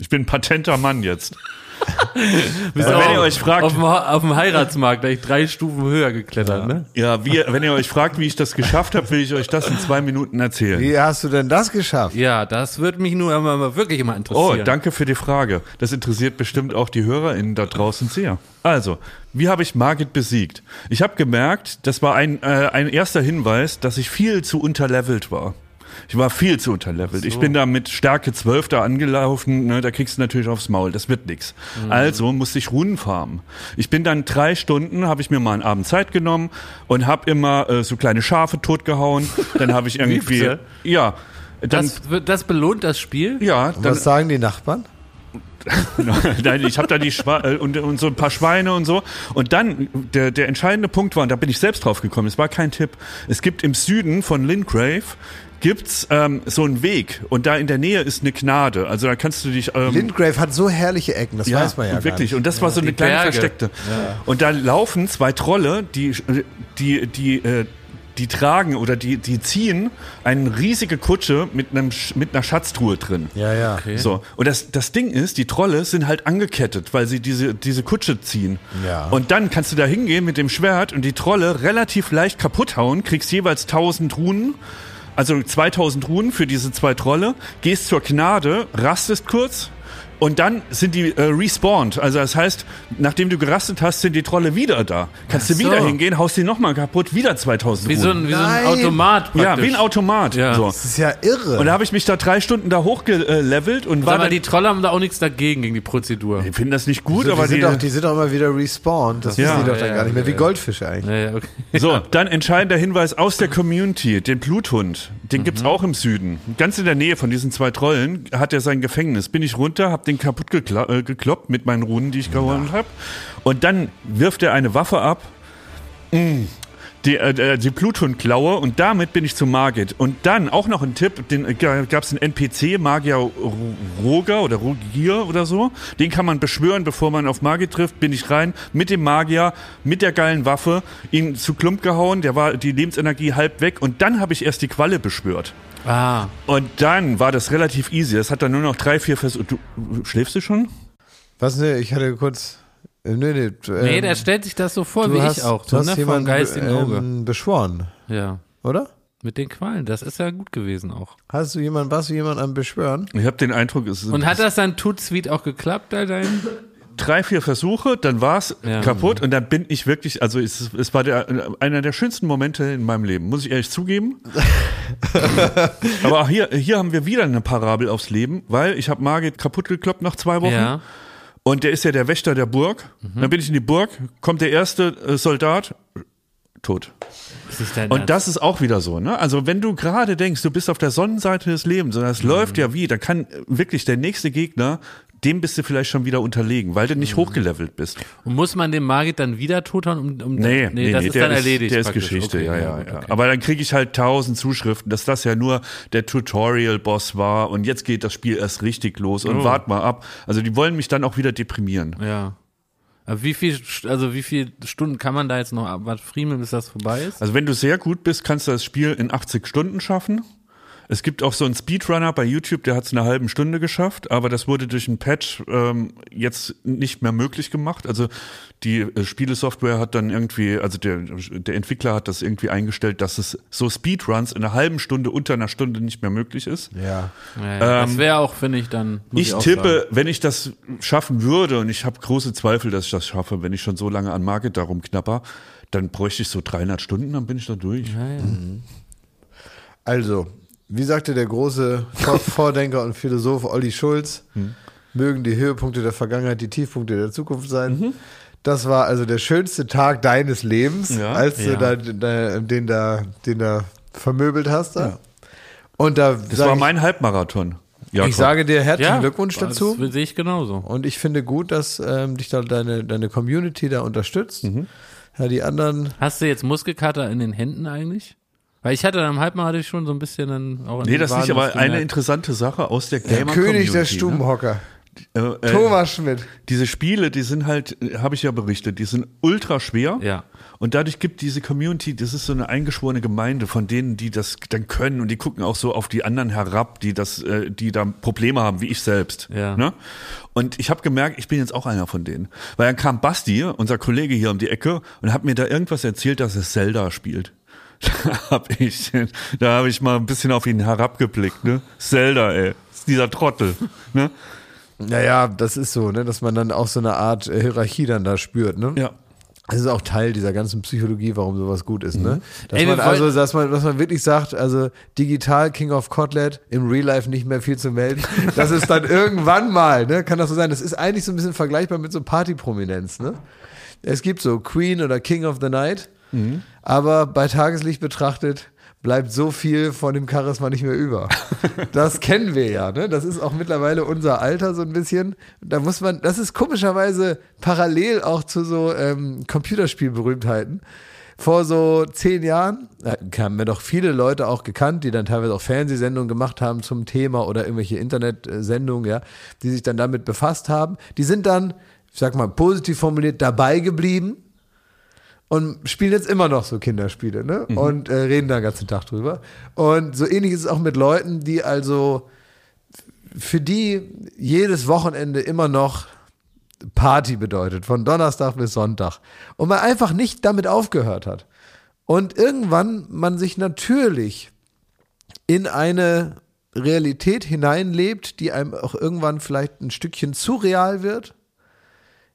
C: Ich bin ein patenter Mann jetzt.
B: Bist
C: wenn
B: auch
C: ihr euch fragt-
B: Auf dem, Ha- auf dem Heiratsmarkt gleich drei Stufen höher geklettert, ne?
C: Ja, wie, wenn ihr euch fragt, wie ich das geschafft habe, will ich euch das in zwei Minuten erzählen.
A: Wie hast du denn das geschafft?
B: Ja, das würde mich nur immer, immer wirklich mal
C: Oh,
B: interessieren.
C: danke für die Frage. Das interessiert bestimmt auch die HörerInnen da draußen sehr. Also, wie habe ich Margit besiegt? Ich habe gemerkt, das war ein, äh, ein erster Hinweis, dass ich viel zu unterlevelt war. Ich war viel zu unterlevelt. Ich bin da mit Stärke 12 da angelaufen. Ne, da kriegst du natürlich aufs Maul. Das wird nix. Also musste ich Runen farmen. Ich bin dann drei Stunden, habe ich mir mal einen Abend Zeit genommen und habe immer äh, so kleine Schafe totgehauen. Dann habe ich irgendwie...
B: bitte?
C: ja, dann...
B: Das, wird- das belohnt das Spiel?
C: ja,
A: Und
C: dann
A: was sagen die Nachbarn?
C: Nein, ich habe da die Schwa äh, und, und so ein paar Schweine und so. Und dann, der, der entscheidende Punkt war, und da bin ich selbst drauf gekommen, es war kein Tipp, es gibt im Süden von Lingrave gibt's ähm, so einen Weg und da in der Nähe ist eine Gnade. Also da kannst du dich... Ähm,
A: Lindgrave hat so herrliche Ecken, das
C: ja,
A: weiß man ja.
C: wirklich. Und das war so eine
B: Die
C: kleine
B: Berge.
C: versteckte. Und da laufen zwei Trolle, die die die äh, die tragen oder die die ziehen eine riesige Kutsche mit einem Sch- mit einer Schatztruhe drin.
A: Gar nicht. Ja, ja.
C: So, und das, das Ding ist, die Trolle sind halt angekettet, weil sie diese, diese Kutsche ziehen.
A: Ja.
C: Und dann kannst du da hingehen mit dem Schwert und die Trolle relativ leicht kaputt hauen, kriegst jeweils 1000 Runen, also 2000 Runen für diese zwei Trolle, gehst zur Gnade, rastest kurz. Und dann sind die äh, respawned. Also das heißt, nachdem du gerastet hast, sind die Trolle wieder da. Kannst du
B: so.
C: wieder hingehen, haust die nochmal kaputt, wieder 2000
B: Wie so
C: Runen.
B: ein, wie so ein
A: Nein.
B: Automat praktisch.
C: ja, wie ein Automat.
B: Ja.
C: So.
A: Das ist ja irre.
C: Und da habe ich mich da drei Stunden da hochgelevelt und war
B: Sag mal,
C: dann
B: die Trolle haben da auch nichts dagegen gegen die Prozedur.
C: die finden das nicht gut,
A: so, Also, die,
C: aber die,
A: sind doch, die sind doch immer wieder respawned. Das
C: Ja.
A: wissen die doch dann
B: Ja,
A: gar nicht mehr. Wie
B: ja.
A: Goldfische eigentlich.
B: Naja, okay.
C: so, dann entscheidender Hinweis aus der Community, den Bluthund, den gibt's auch im Süden. Ganz in der Nähe von diesen zwei Trollen hat er sein Gefängnis. Bin ich runter, hab den kaputt gekla- äh, gekloppt mit meinen Runen, die ich geholt hab. Und dann wirft er eine Waffe ab. Mm. Die, äh, die Bluthundklaue und damit bin ich zu Margit. Und dann auch noch ein Tipp, den äh, gab es einen NPC, Magier Ru- Roger oder Rogier oder so. Den kann man beschwören, bevor man auf Margit trifft, bin ich rein mit dem Magier, mit der geilen Waffe, ihn zu Klump gehauen, der war die Lebensenergie halb weg und dann habe ich erst die Qualle beschwört.
B: Ah,
C: Und dann war das relativ easy. Das hat dann nur noch drei, vier Versuche. Du, schläfst du schon?
A: Was ne? Ich hatte kurz. äh, Nee, nee. d-
B: nee,
A: ähm,
B: der stellt sich das so vor
A: du
B: wie
A: hast,
B: ich auch,
A: Du
B: so,
A: hast
B: ne? Vom
A: jemanden
B: geistigen Auge.
A: ähm, beschworen,
B: Ja,
A: oder?
B: mit den Qualen, das ist ja gut gewesen auch.
A: Hast du jemanden, warst du jemanden am Beschwören?
C: Ich habe den Eindruck, es ist
B: Und hat das dann Toot Sweet auch geklappt, all dein?
C: drei, vier Versuche, dann war's
B: Ja.
C: kaputt und dann bin ich wirklich, also es, es war der, einer der schönsten Momente in meinem Leben, muss ich ehrlich zugeben. Aber auch hier, hier haben wir wieder eine Parabel aufs Leben, weil ich habe Margit kaputt gekloppt nach zwei Wochen
B: Ja. Mhm.
C: Und der ist ja der Wächter der Burg. Dann bin ich in die Burg, kommt der erste äh, Soldat, tot.
B: Ist nicht dein
C: Und
B: Ernst.
C: das ist auch wieder so, ne? Also wenn du gerade denkst, du bist auf der Sonnenseite des Lebens und
B: Mhm.
C: das läuft ja wie, dann kann äh, wirklich der nächste Gegner, dem bist du vielleicht schon wieder unterlegen, weil du nicht
B: Mhm.
C: hochgelevelt bist.
B: Und muss man den Margit dann wieder tothauen? Um, um,
C: Nee, nee, nee,
B: das ist
C: der
B: dann erledigt.
C: Der ist
B: praktisch.
C: Geschichte,
B: Okay,
C: ja, ja.
B: gut,
C: ja.
B: okay.
C: Aber dann kriege ich halt tausend Zuschriften, dass das ja nur der Tutorial-Boss war und jetzt geht das Spiel erst richtig los
B: Oh.
C: und wart mal ab. Also die wollen mich dann auch wieder deprimieren.
B: Ja. Aber wie viel, also wie viel Stunden kann man da jetzt noch ab- was friemeln, bis das vorbei ist?
C: Also wenn du sehr gut bist, kannst du das Spiel in 80 Stunden schaffen. Es gibt auch so einen Speedrunner bei YouTube, der hat es in einer halben Stunde geschafft, aber das wurde durch einen Patch ähm, jetzt nicht mehr möglich gemacht. Also die äh, Spielesoftware hat dann irgendwie, also der, der Entwickler hat das irgendwie eingestellt, dass es so Speedruns in einer halben Stunde, unter einer Stunde nicht mehr möglich ist.
A: Ja.
B: Ja, ja. das wäre auch, finde ich, dann. muss
C: Ich
B: auch
C: tippe, wenn ich das schaffen würde, und ich habe große Zweifel, dass ich das schaffe, wenn ich schon so lange an Market darum knapper, dann bräuchte ich so 300 Stunden, dann bin ich da durch.
A: Also, wie sagte der große Vor- Vordenker und Philosoph Olli Schulz,
C: Hm.
A: mögen die Höhepunkte der Vergangenheit die Tiefpunkte der Zukunft sein.
C: Mhm.
A: Das war also der schönste Tag deines Lebens,
C: Ja.
A: als du
B: Ja.
A: da, da, den da den da vermöbelt hast. Da. Und da
C: Das
A: sag
C: war
A: ich,
C: mein Halbmarathon.
A: ich sage dir herzlichen
B: Ja,
A: Glückwunsch dazu.
B: Das sehe ich genauso.
A: Und ich finde gut, dass ähm, dich da deine, deine Community da unterstützt.
C: Mhm.
A: Ja, die anderen.
B: Hast du jetzt Muskelkater in den Händen eigentlich? Weil ich hatte am Halbmal hatte ich schon so ein bisschen dann auch. an
C: Nee,
B: den
C: das nicht,
B: Waden
C: aber
B: was
C: eine
B: gemerkt.
C: interessante Sache aus der
A: Der
C: Gamer
A: König der
C: Community,
A: Stubenhocker.
C: ne? Äh, äh,
A: Thomas Schmidt.
C: Diese Spiele, die sind halt, habe ich ja berichtet, die sind ultra schwer.
B: Ja.
C: Und dadurch gibt diese Community, das ist so eine eingeschworene Gemeinde von denen, die das dann können und die gucken auch so auf die anderen herab, die das, äh, die da Probleme haben, wie ich selbst.
B: Ja.
C: Ne? Und ich habe gemerkt, ich bin jetzt auch einer von denen. Weil dann kam Basti, unser Kollege hier um die Ecke, und hat mir da irgendwas erzählt, dass er Zelda spielt. Da habe ich, da habe ich mal ein bisschen auf ihn herabgeblickt. Ne? Zelda, ey, ist dieser Trottel. Ne?
A: Naja, das ist so, ne, dass man dann auch so eine Art äh, Hierarchie dann da spürt. Ne?
C: Ja.
A: Das ist auch Teil dieser ganzen Psychologie, warum sowas gut ist. Ne? Dass,
B: Mhm. Ey, wir
A: man also,
B: wollen-
A: dass, man, dass man wirklich sagt, also digital King of Kotlet, im Real Life nicht mehr viel zu melden. Das ist dann irgendwann mal, ne? kann das so sein. Das ist eigentlich so ein bisschen vergleichbar mit so Partyprominenz. Ne? Es gibt so Queen oder King of the Night, aber bei Tageslicht betrachtet bleibt so viel von dem Charisma nicht mehr über. Das kennen wir ja, ne? Das ist auch mittlerweile unser Alter so ein bisschen. Da muss man, das ist komischerweise parallel auch zu so ähm, Computerspielberühmtheiten. Vor so zehn Jahren äh, haben wir doch viele Leute auch gekannt, die dann teilweise auch Fernsehsendungen gemacht haben zum Thema oder irgendwelche Internetsendungen, ja, die sich dann damit befasst haben. Die sind dann, ich sag mal positiv formuliert, dabei geblieben und spielen jetzt immer noch so Kinderspiele, ne? Und äh, reden da den ganzen Tag drüber. Und so ähnlich ist es auch mit Leuten, die also für die jedes Wochenende immer noch Party bedeutet, von Donnerstag bis Sonntag. Und man einfach nicht damit aufgehört hat. Und irgendwann man sich natürlich in eine Realität hineinlebt, die einem auch irgendwann vielleicht ein Stückchen zu real wird,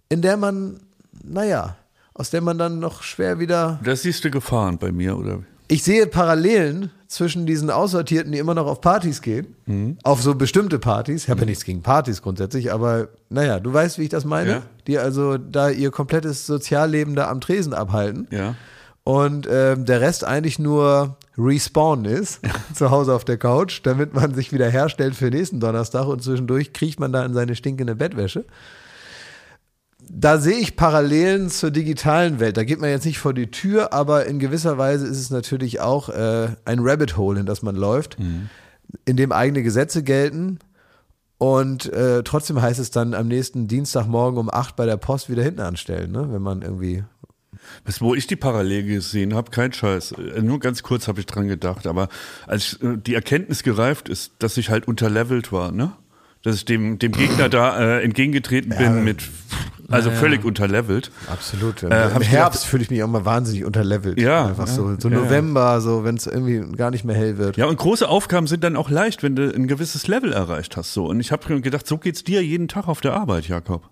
A: in der man, naja, aus der man dann noch schwer wieder
C: Das siehst du Gefahren bei mir, oder?
A: ich sehe Parallelen zwischen diesen Aussortierten, die immer noch auf Partys gehen, auf so bestimmte Partys. Ich habe ja nichts gegen Partys grundsätzlich, aber naja, du weißt, wie ich das meine.
C: Ja.
A: Die also da ihr komplettes Sozialleben da am Tresen abhalten
C: Ja.
A: und ähm, der Rest eigentlich nur Respawn ist, zu Hause auf der Couch, damit man sich wieder herstellt für nächsten Donnerstag und zwischendurch kriecht man da in seine stinkende Bettwäsche. Da sehe ich Parallelen zur digitalen Welt. Da geht man jetzt nicht vor die Tür, aber in gewisser Weise ist es natürlich auch äh, ein Rabbit Hole, in das man läuft, in dem eigene Gesetze gelten. Und äh, trotzdem heißt es dann am nächsten Dienstagmorgen um 8 bei der Post wieder hinten anstellen, ne? wenn man irgendwie
C: Was, wo ich die Parallele gesehen habe, kein Scheiß. Äh, Nur ganz kurz habe ich dran gedacht, aber als äh, die Erkenntnis gereift ist, dass ich halt unterlevelt war, ne? Dass ich dem, dem Gegner da äh, entgegengetreten bin mit, also völlig unterlevelt.
A: Absolut. Im
C: Äh, hab ich
A: Herbst fühle ich mich auch mal wahnsinnig unterlevelt.
C: Ja,
A: Einfach
C: ja,
A: so, so
C: ja, ja.
A: November, so wenn es irgendwie gar nicht mehr hell wird.
C: Ja, und große Aufgaben sind dann auch leicht, wenn du ein gewisses Level erreicht hast, so. Und ich habe gedacht, so geht's dir jeden Tag auf der Arbeit, Jakob.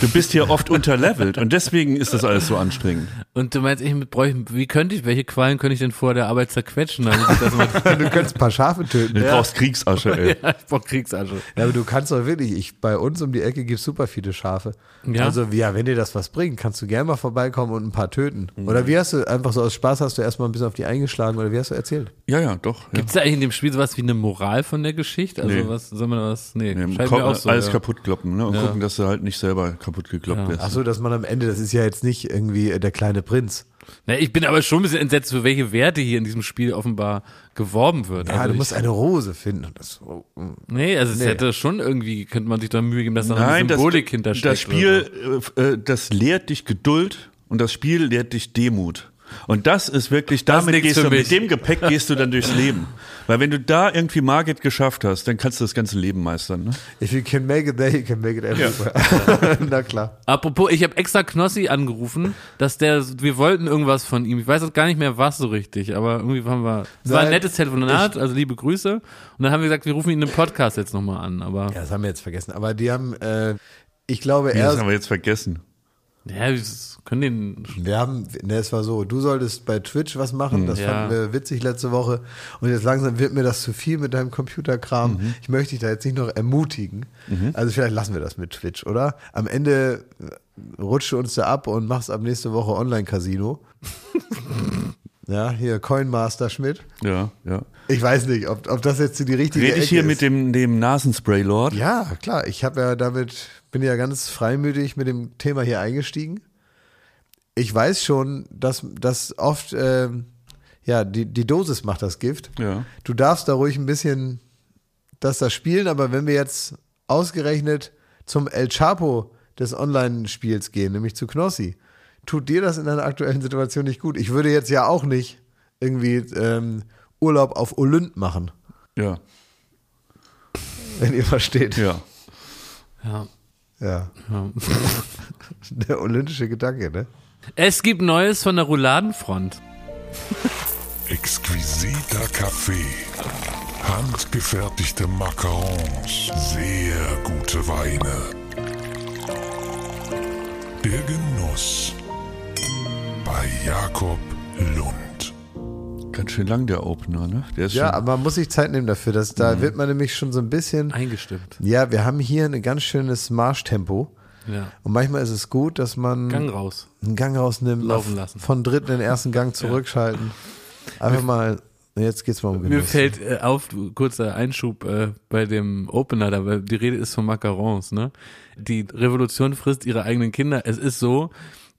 C: Du bist hier oft unterlevelt und deswegen ist das alles so anstrengend.
B: Und du meinst, ich mit- bräuchte, wie könnte ich, welche Qualen könnte ich denn vor der Arbeit zerquetschen, damit ich das mal,
A: Du könntest ein paar Schafe töten.
C: Du brauchst Kriegsasche, ey.
B: ja, ich brauch Kriegsasche.
A: Ja, aber du kannst doch wirklich, ich, bei uns um die Ecke gibt es super viele Schafe.
B: Ja.
A: Also, ja, wenn dir das was bringt, kannst du gerne mal vorbeikommen und ein paar töten. Oder wie hast du, einfach so aus Spaß hast du erstmal ein bisschen auf die eingeschlagen oder wie hast du erzählt?
C: Ja, ja, doch. Ja.
B: Gibt's da eigentlich in dem Spiel sowas wie eine Moral von der Geschichte? Also
C: Nee.
B: was, soll man da was, nee,
C: Nee,
B: nee
C: ko-
B: mir auch so,
C: alles
B: ja.
C: kaputt kloppen ne? und gucken, dass du halt nicht selber kaputt gekloppt wirst.
A: Achso, dass man am Ende, das ist ja jetzt nicht irgendwie äh, der kleine Prinz.
B: Na, ich bin aber schon ein bisschen entsetzt, für welche Werte hier in diesem Spiel offenbar geworben wird.
A: Ja,
B: also
A: du musst
B: ich,
A: eine Rose finden. und Das, oh, mm.
B: nee, also es
A: Nee.
B: hätte schon irgendwie, könnte man sich da Mühe geben, dass da noch eine
C: Nein, das,
B: Symbolik hintersteckt.
C: das
B: oder so.
C: Spiel, äh, äh, das lehrt dich Geduld und das Spiel lehrt dich Demut. Und das ist wirklich,
B: Das ist
C: damit
B: nichts
C: gehst du,
B: für
C: mit
B: mich.
C: dem Gepäck gehst du dann durchs Leben. Weil wenn du da irgendwie Market geschafft hast, dann kannst du das ganze Leben meistern. Ne?
A: If you can make it there, you can make it everywhere. Na klar.
B: Apropos, ich habe extra Knossi angerufen, dass der, wir wollten irgendwas von ihm. Ich weiß jetzt gar nicht mehr was so richtig, aber irgendwie haben wir, es war ein
A: Nein,
B: nettes Telefonat, also liebe Grüße. Und dann haben wir gesagt, wir rufen ihn im Podcast jetzt nochmal an, aber,
A: Ja, das haben wir jetzt vergessen. Aber die haben, äh, ich glaube,
C: Das haben
A: er,
C: wir jetzt vergessen.
B: ja, wir können den,
A: wir haben, ne, es war so, du solltest bei Twitch was
C: Hm.
A: machen, das
B: Ja.
A: fanden wir witzig letzte Woche. Und jetzt langsam wird mir das zu viel mit deinem Computerkram.
C: Mhm.
A: Ich möchte dich da jetzt nicht noch ermutigen. Also vielleicht lassen wir das mit Twitch, oder? Am Ende äh, rutscht du uns da ab und machst ab nächste Woche Online-Casino. ja, hier Coinmaster Schmidt.
C: Ja, ja.
A: Ich weiß nicht, ob, ob das jetzt die richtige
C: Rede ich
A: Ecke
C: hier
A: ist.
C: mit dem, dem Nasenspray-Lord?
A: Ja, klar. Ich habe ja damit, bin ja ganz freimütig mit dem Thema hier eingestiegen. Ich weiß schon, dass, dass oft, ähm, ja, die, die Dosis macht das Gift.
C: Ja.
A: Du darfst da ruhig ein bisschen das da spielen, aber wenn wir jetzt ausgerechnet zum El Chapo des Online-Spiels gehen, nämlich zu Knossi, tut dir das in deiner aktuellen Situation nicht gut? Ich würde jetzt ja auch nicht irgendwie ähm, Urlaub auf Olymp machen,
C: Ja,
A: wenn ihr versteht.
C: ja.
B: ja.
A: Ja. Der olympische Gedanke, ne?
B: Es gibt Neues von der Rouladenfront.
G: Exquisiter Kaffee. Handgefertigte Macarons. Sehr gute Weine. Der Genuss. Bei Jakob Lund.
C: Ganz schön lang der Opener, ne? Der ist
A: Ja,
C: schon,
A: aber man muss sich Zeit nehmen dafür. Dass, da
B: Mhm.
A: wird man nämlich schon so ein bisschen.
B: Eingestimmt.
A: Ja, wir haben hier ein ganz schönes Marschtempo.
B: Ja.
A: Und manchmal ist es gut, dass man
B: Gang raus.
A: einen Gang rausnimmt,
B: Laufen
A: mal
B: lassen.
A: von dritten in den ersten Gang zurückschalten. Einfach mal, jetzt geht's mal um
B: Mir
A: Genuss.
B: fällt äh, auf, kurzer Einschub äh, bei dem Opener, da, weil die Rede ist von Macarons, ne? Die Revolution frisst ihre eigenen Kinder. Es ist so,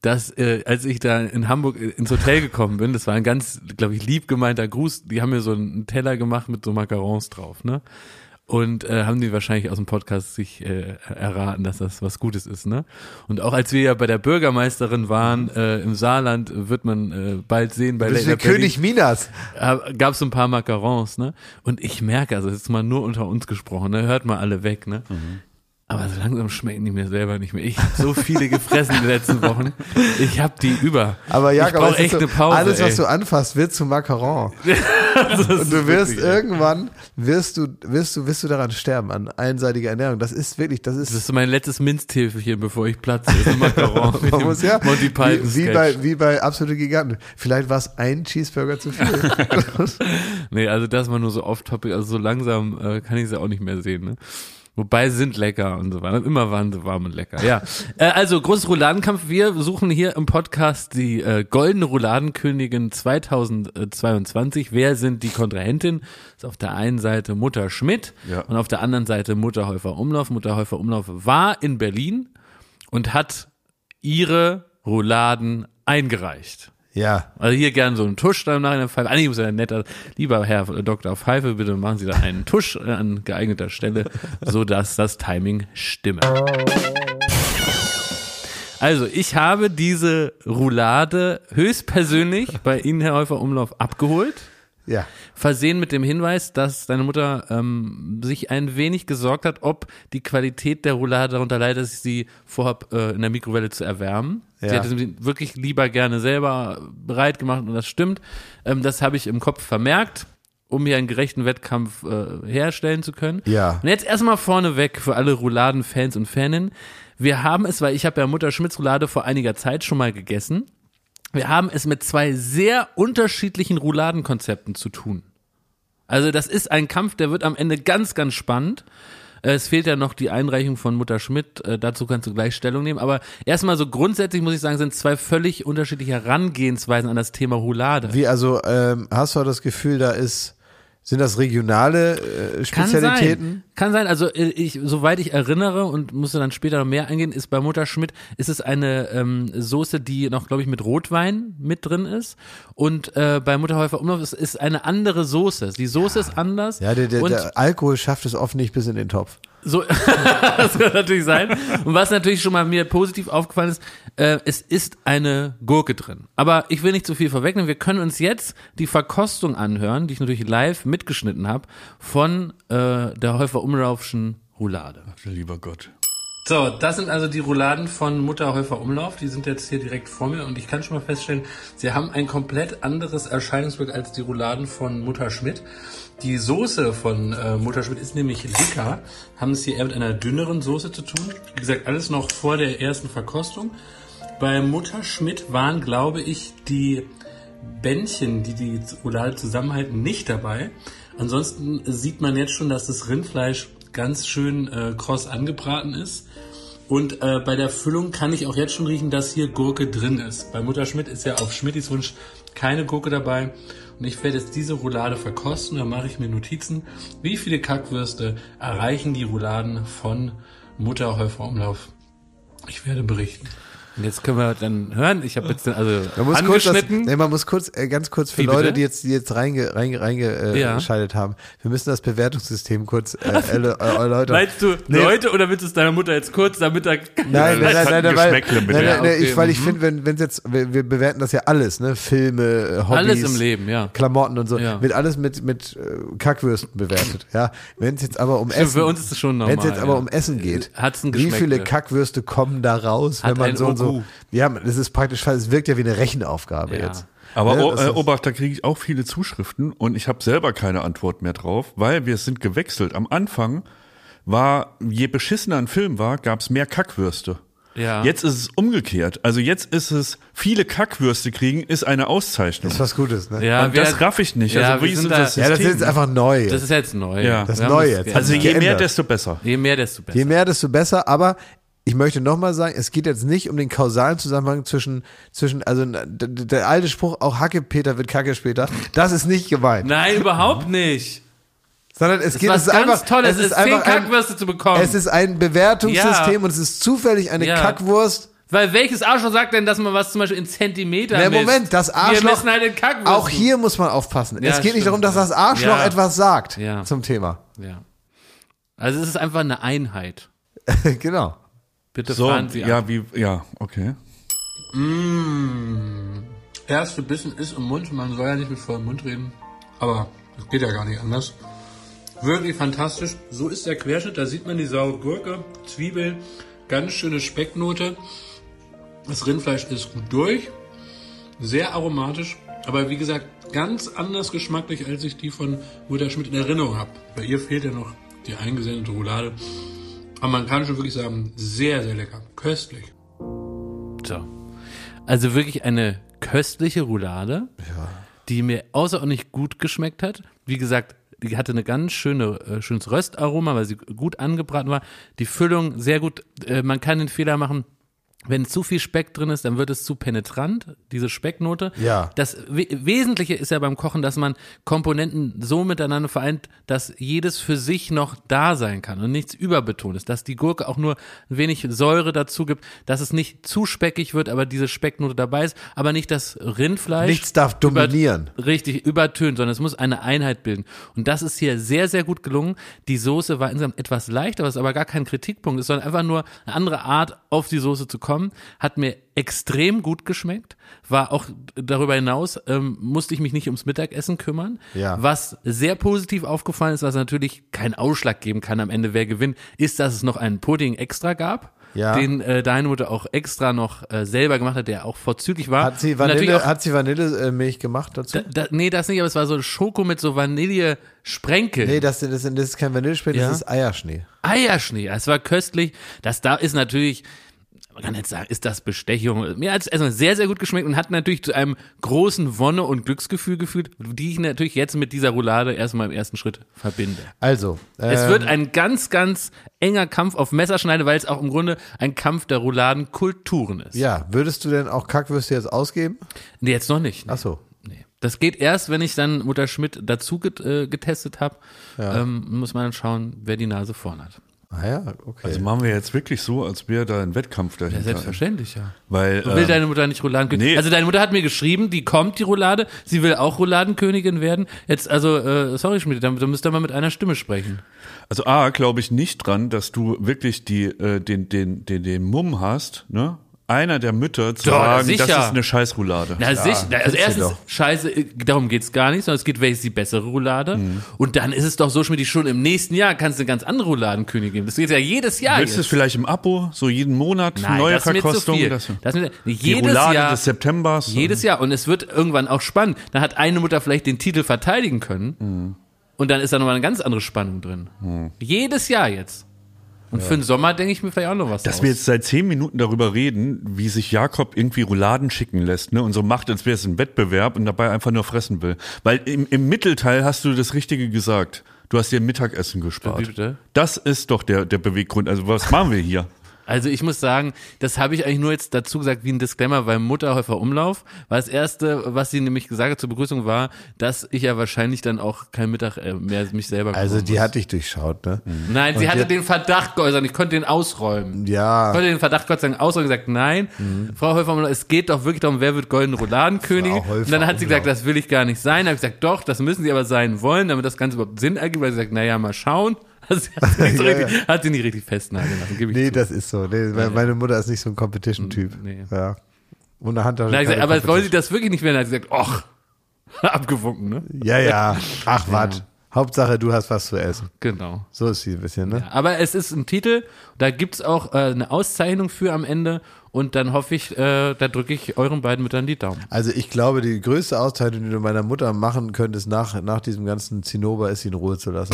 B: dass äh, als ich da in Hamburg äh, ins Hotel gekommen bin, das war ein ganz, glaube ich, lieb gemeinter Gruß, die haben mir so einen Teller gemacht mit so Macarons drauf, ne? Und äh, haben die wahrscheinlich aus dem Podcast sich äh, erraten, dass das was Gutes ist, ne? Und auch als wir ja bei der Bürgermeisterin waren äh, im Saarland, wird man äh, bald sehen bei
A: Du bist wie
B: Late Night Berlin
A: König Minas.
B: gab es ein paar Macarons, ne? Und ich merke, also jetzt mal nur unter uns gesprochen, ne? Hört mal alle weg, ne?
A: Mhm.
B: Aber so langsam schmecken die mir selber nicht mehr. Ich habe so viele gefressen die letzten Wochen. Ich habe die über.
A: Aber
B: ich
A: Jakob,
B: brauch
A: es ist
B: echt
A: so,
B: eine Pause.
A: alles, was
B: ey.
A: du anfasst, wird zu Macaron. Und du wirst irgendwann, wirst du, wirst du, wirst du daran sterben, an einseitiger Ernährung. Das ist wirklich, das ist
B: Das ist mein letztes Minztäfelchen, bevor ich platze. Das ist ein Macaron. mit
A: Man
B: dem
A: muss ja,
B: Monty Python
A: wie, wie,
B: Sketch.
A: bei, wie bei Absolute Giganten. Vielleicht war es ein Cheeseburger zu viel.
B: Nee, also das war nur so off-topic. Also so langsam äh, kann ich sie auch nicht mehr sehen, ne? Wobei sie sind lecker und so weiter. Immer waren sie warm und lecker. Ja. Äh, also, großes Rouladenkampf. Wir suchen hier im Podcast die äh, goldene Rouladenkönigin 2022. Wer sind die Kontrahentin? Ist auf der einen Seite Mutter Schmidt
C: Ja.
B: und auf der anderen Seite Mutter Häufer Umlauf. Mutter Häufer Umlauf war in Berlin und hat ihre Rouladen eingereicht.
A: ja.
B: Also hier gerne so einen Tusch dann nach einer Pfeife. Eigentlich muss ja netter, lieber Herr Dr. Pfeife, bitte machen Sie da einen Tusch an geeigneter Stelle, sodass das Timing stimme. Also, ich habe diese Roulade höchstpersönlich bei Ihnen, Herr Häufer Umlauf, abgeholt.
A: Ja.
B: Versehen mit dem Hinweis, dass deine Mutter ähm, sich ein wenig gesorgt hat, ob die Qualität der Roulade darunter leidet, dass ich sie vorhab, äh, in der Mikrowelle zu erwärmen. Sie
A: Ja.
B: hätte sie wirklich lieber gerne selber bereit gemacht und das stimmt. Ähm, das habe ich im Kopf vermerkt. um hier einen gerechten Wettkampf äh, herstellen zu können.
A: Ja.
B: Und jetzt erstmal vorneweg für alle Rouladen-Fans und Faninnen. Wir haben es, weil ich habe ja Mutter Schmitz Roulade vor einiger Zeit schon mal gegessen. Wir haben es mit zwei sehr unterschiedlichen Rouladenkonzepten zu tun. Also das ist ein Kampf, der wird am Ende ganz, ganz spannend. Äh, Es fehlt ja noch die Einreichung von Mutter Schmidt, äh, dazu kannst du gleich Stellung nehmen. Aber erstmal so grundsätzlich muss ich sagen, sind zwei völlig unterschiedliche Herangehensweisen an das Thema Roulade.
A: Wie, also ähm, hast du das Gefühl, da ist, sind das regionale äh,
B: Kann
A: Spezialitäten?
B: sein. Kann sein. Also äh, ich, soweit ich erinnere und musste dann später noch mehr eingehen, ist bei Mutter Schmidt ist es eine ähm, Soße, die noch, glaube ich, mit Rotwein mit drin ist. Und äh, bei Mutter Häufer Umlauf ist, ist eine andere Soße. Die Soße ist anders.
A: Ja, der, der,
B: und
A: der Alkohol schafft es oft nicht bis in den Topf.
B: so, das kann natürlich sein. Und was natürlich schon mal mir positiv aufgefallen ist, äh, es ist eine Gurke drin. Aber ich will nicht zu viel vorwegnehmen. Wir können uns jetzt die Verkostung anhören, die ich natürlich live mitgeschnitten habe, von äh, der Häufer Umlaufschen Roulade.
C: Lieber Gott.
B: So, das sind also die Rouladen von Mutter Häufer Umlauf. Die sind jetzt hier direkt vor mir und ich kann schon mal feststellen, sie haben ein komplett anderes Erscheinungsbild als die Rouladen von Mutter Schmidt. Die Soße von äh, Mutter Schmidt ist nämlich dicker, haben es hier eher mit einer dünneren Soße zu tun. Wie gesagt, alles noch vor der ersten Verkostung. Bei Mutter Schmidt waren, glaube ich, die Bändchen, die die Roulade zusammenhalten, nicht dabei. Ansonsten sieht man jetzt schon, dass das Rindfleisch ganz schön äh, kross angebraten ist. Und äh, bei der Füllung kann ich auch jetzt schon riechen, dass hier Gurke drin ist. Bei Mutter Schmidt ist ja auf Schmittis Wunsch keine Gurke dabei. Und ich werde jetzt diese Roulade verkosten. Da mache ich mir Notizen. Wie viele Kackwürste erreichen die Rouladen von Mutter Häufer Umlauf? Ich werde berichten. Und jetzt können wir dann hören. Ich habe jetzt also
A: Man muss kurz, das, nee, man muss kurz äh, ganz kurz für
B: Wie bitte?
A: Leute, die jetzt, die jetzt reinge, reinge, reinge, äh,
B: Ja.
A: geschaltet haben, wir müssen das Bewertungssystem kurz äh, erlö- äh, erläutern.
B: Meinst du
A: Nee.
B: Leute oder willst du es deiner Mutter jetzt kurz, damit er
A: Nein, nein,
C: das
A: nein,
C: hat
A: nein,
C: ein
A: nein, weil,
C: Geschmäckle, bitte.
A: nein, nein,
B: Ja,
A: nein,
B: okay,
A: ich, weil ich
B: mhm.
A: finde, wenn wenn's jetzt, wir, wir bewerten das ja alles, ne? Filme, äh, Hobbys,
B: Alles im Leben, ja.
A: Klamotten und so,
B: Ja.
A: wird alles mit mit äh, Kackwürsten bewertet, ja. Wenn es jetzt aber um
B: Stimmt,
A: Essen,
B: für uns ist es schon normal,
A: Wenn es jetzt aber
B: ja. Äh,
A: um Essen geht,
B: Hat's ein
A: wie
B: Geschmäckle.
A: viele Kackwürste kommen da raus,
B: Hat
A: wenn man
B: ein
A: so und
B: Ogu.
A: so, ja, das ist praktisch, es wirkt ja wie eine Rechenaufgabe
B: Ja.
A: jetzt.
C: Aber
A: Ne,
C: o-
A: das
C: äh,
A: ist-
C: Obacht, da kriege ich auch viele Zuschriften und ich habe selber keine Antwort mehr drauf, weil wir sind gewechselt. Am Anfang war, je beschissener ein Film war, gab es mehr Kackwürste.
B: Ja.
C: Jetzt ist es umgekehrt. Also jetzt ist es, viele Kackwürste kriegen, ist eine Auszeichnung.
A: ist was Gutes, ne?
B: Ja,
C: und das
B: wir-
C: raff ich nicht.
B: Ja,
C: also
B: wir
C: wie ist
B: sind
C: denn das
B: da-
A: Ja, das ist
C: System?
A: jetzt einfach neu.
B: Das ist jetzt neu.
C: Ja. Das
A: ist
B: Wir haben
A: neu
B: das
A: jetzt.
B: geändert.
C: also je mehr,
A: geändert.
C: desto besser.
B: je mehr, desto besser.
A: Je mehr, desto besser, aber ich möchte nochmal sagen, es geht jetzt nicht um den kausalen Zusammenhang zwischen, zwischen also d- d- der alte Spruch, auch Hacke Peter wird Kacke später, das ist nicht gemeint.
B: Nein, überhaupt nicht.
A: Sondern es geht,
B: war
A: es ist
B: ganz
A: einfach,
B: toll,
A: es
B: es
A: ist
B: ist zehn
A: einfach
B: Kackwürste zu bekommen.
A: Es ist ein Bewertungssystem
B: Ja.
A: und es ist zufällig eine
B: Ja.
A: Kackwurst.
B: Weil welches Arschloch sagt denn, dass man was zum Beispiel in Zentimeter
A: Na,
B: misst?
A: Moment, das
B: Wir
A: Arschloch,
B: messen halt in Kackwürsten.
A: auch hier muss man aufpassen.
B: Ja,
A: es geht nicht
B: stimmt,
A: darum, dass
B: ja.
A: das Arschloch
B: Ja.
A: etwas sagt
B: Ja.
A: zum Thema.
B: Ja. Also es ist einfach eine Einheit.
A: genau.
B: Bitte
C: So,
B: fahren Sie ab.
C: ja, wie, ja, okay.
B: Erste Bissen ist im Mund. Man soll ja nicht mit vollem Mund reden. Aber das geht ja gar nicht anders. Wirklich fantastisch. So ist der Querschnitt. Da sieht man die saure Gurke, Zwiebel, ganz schöne Specknote. Das Rindfleisch ist gut durch. Sehr aromatisch. Aber wie gesagt, ganz anders geschmacklich, als ich die von Mutter Schmidt in Erinnerung habe. Bei ihr fehlt ja noch die eingesendete Roulade. Aber man kann schon wirklich sagen, sehr, sehr lecker. Köstlich. So. Also wirklich eine köstliche Roulade, die mir außerordentlich gut geschmeckt hat. Wie gesagt, die hatte eine ganz schöne, äh, schönes Röstaroma, weil sie gut angebraten war. Die Füllung sehr gut. Äh, man kann den Fehler machen. Wenn zu viel Speck drin ist, dann wird es zu penetrant, diese Specknote.
A: Ja.
B: Das We Wesentliche ist ja beim Kochen, dass man Komponenten so miteinander vereint, dass jedes für sich noch da sein kann und nichts überbetont ist, dass die Gurke auch nur ein wenig Säure dazu gibt, dass es nicht zu speckig wird, aber diese Specknote dabei ist, aber nicht das Rindfleisch.
A: Nichts darf dominieren.
B: Über, richtig, übertönt, sondern es muss eine Einheit bilden. Und das ist hier sehr, sehr gut gelungen. Die Soße war insgesamt etwas leichter, was aber gar kein Kritikpunkt ist, sondern einfach nur eine andere Art, auf die Soße zu kommen. Hat mir extrem gut geschmeckt. War auch darüber hinaus, ähm, musste ich mich nicht ums Mittagessen kümmern.
A: Ja.
B: Was sehr positiv aufgefallen ist, was natürlich keinen Ausschlag geben kann am Ende, wer gewinnt, ist, dass es noch einen Pudding extra gab.
A: Ja.
B: den äh, deine Mutter auch extra noch äh, selber gemacht hat, der auch vorzüglich war.
A: Hat sie
B: Und natürlich
A: Vanille,
B: auch-
A: hat sie Vanillemilch gemacht dazu?
B: da, da, nee, das nicht, aber es war so Schoko mit so Vanille-Sprenkel.
A: nee, das, das, das ist kein Vanilleschnee,
B: Ja.
A: das ist Eierschnee.
B: Eierschnee, es war köstlich. Das da ist natürlich, man kann jetzt sagen, ist das Bestechung. Mir hat es erstmal sehr, sehr gut geschmeckt und hat natürlich zu einem großen Wonne- und Glücksgefühl geführt, die ich natürlich jetzt mit dieser Roulade erstmal im ersten Schritt verbinde.
A: Also,
B: es
A: ähm,
B: wird ein ganz, ganz enger Kampf auf Messerschneide, weil es auch im Grunde ein Kampf der Rouladenkulturen ist.
A: ja, würdest du denn auch Kackwürste jetzt ausgeben?
B: Nee, jetzt noch nicht. Nee.
A: Ach so.
B: Nee. Das geht erst, wenn ich dann Mutter Schmidt dazu get, äh, getestet habe. Ähm, muss man dann schauen, wer die Nase vorn hat.
A: Ah ja, okay.
C: Also machen wir jetzt wirklich so, als wäre da ein Wettkampf dahinter.
B: Ja, selbstverständlich, ja.
C: Weil,
B: Will
C: ähm,
B: deine Mutter nicht Rouladenkönigin?
C: nee.
B: Also deine Mutter hat mir geschrieben, die kommt, die Roulade. Sie will auch Rouladenkönigin werden. Jetzt, also, äh, sorry Schmidt, da, da müsst ihr mal mit einer Stimme sprechen.
C: Also A, glaube ich nicht dran, dass du wirklich die, äh, den, den, den, den Mumm hast, ne? Einer der Mütter zu
B: Doch,
C: sagen,
B: sicher.
C: das ist eine Scheißroulade.
B: Na, sich, na, also
A: sie
B: erstens,
A: doch.
B: scheiße, äh, darum geht's gar nicht, sondern es geht, wer ist die bessere Roulade?
C: Mhm.
B: Und dann ist es doch so, Schmidt, schon im nächsten Jahr kannst du eine ganz andere Rouladenkönigin geben. Das geht ja jedes Jahr
C: Willst du es
B: jetzt.
C: vielleicht im Abo, so jeden Monat,
B: Nein,
C: neue
B: das ist mir zu
C: Verkostung?
B: viel.
C: das-
B: Das ist mir-
C: die
B: jedes
C: Roulade
B: Jahr,
C: des Septembers.
B: Jedes Jahr. Und es wird irgendwann auch spannend. Dann hat eine Mutter vielleicht den Titel verteidigen können.
A: Mhm.
B: Und dann ist da nochmal eine ganz andere Spannung drin. Jedes Jahr jetzt. Und für den Sommer denke ich mir vielleicht auch noch was.
C: Dass
B: aus.
C: wir jetzt seit zehn Minuten darüber reden, wie sich Jakob irgendwie Rouladen schicken lässt, ne? Und so macht, als wäre es ein Wettbewerb und dabei einfach nur fressen will. Weil im, im Mittelteil hast du das Richtige gesagt. Du hast dir Mittagessen gespart.
B: Wie bitte?
C: Das ist doch der, der Beweggrund. Also was machen wir hier?
B: Also ich muss sagen, das habe ich eigentlich nur jetzt dazu gesagt wie ein Disclaimer, weil Mutterhäufer Umlauf war das erste, was sie nämlich gesagt hat zur Begrüßung war, dass ich ja wahrscheinlich dann auch kein Mittag äh, mehr mich selber
A: Also
B: kochen
A: die
B: muss. Mhm.
A: hat dich durchschaut, ne?
B: Nein, sie hatte
A: die-
B: den Verdacht geäußert, und ich konnte den ausräumen. Ich
A: Ja,
B: konnte den Verdacht Gott sei Dank ausräumen und gesagt, nein, Frau Häufer, es geht doch wirklich darum, wer wird goldene Rouladenkönigin.
A: Mhm. Frau genau. Häufer,
B: Und dann hat sie
A: Umlauf.
B: gesagt, das will ich gar nicht sein. Da habe ich gesagt, doch, das müssen sie aber sein wollen, damit das Ganze überhaupt Sinn ergibt. Weil sie sagt, naja, mal schauen. Also, sie hat, sie nicht so
A: Ja,
B: richtig, hat sie nicht richtig festnageln lassen, gebe ich
A: nee,
B: zu.
A: das ist so. Nee, weil meine Mutter ist nicht so ein Competition-Typ.
B: Nee.
A: Ja. Und eine Handtasche.
B: Dann hat sie
A: keine
B: gesagt, aber wollen sie
A: Competition.
B: das wirklich nicht werden? Dann hat sie gesagt, och, abgewunken, ne?
A: Ja, ja. Ach, was. Hauptsache, du hast was zu essen.
B: Genau.
A: So ist sie ein bisschen, ne?
B: Aber es ist ein Titel, da gibt's auch äh, eine Auszeichnung für am Ende und dann hoffe ich, äh, da drücke ich euren beiden Müttern die Daumen.
A: Also ich glaube, die größte Austeilung, die du meiner Mutter machen könntest nach, nach diesem ganzen Zinnober, ist sie in Ruhe zu lassen.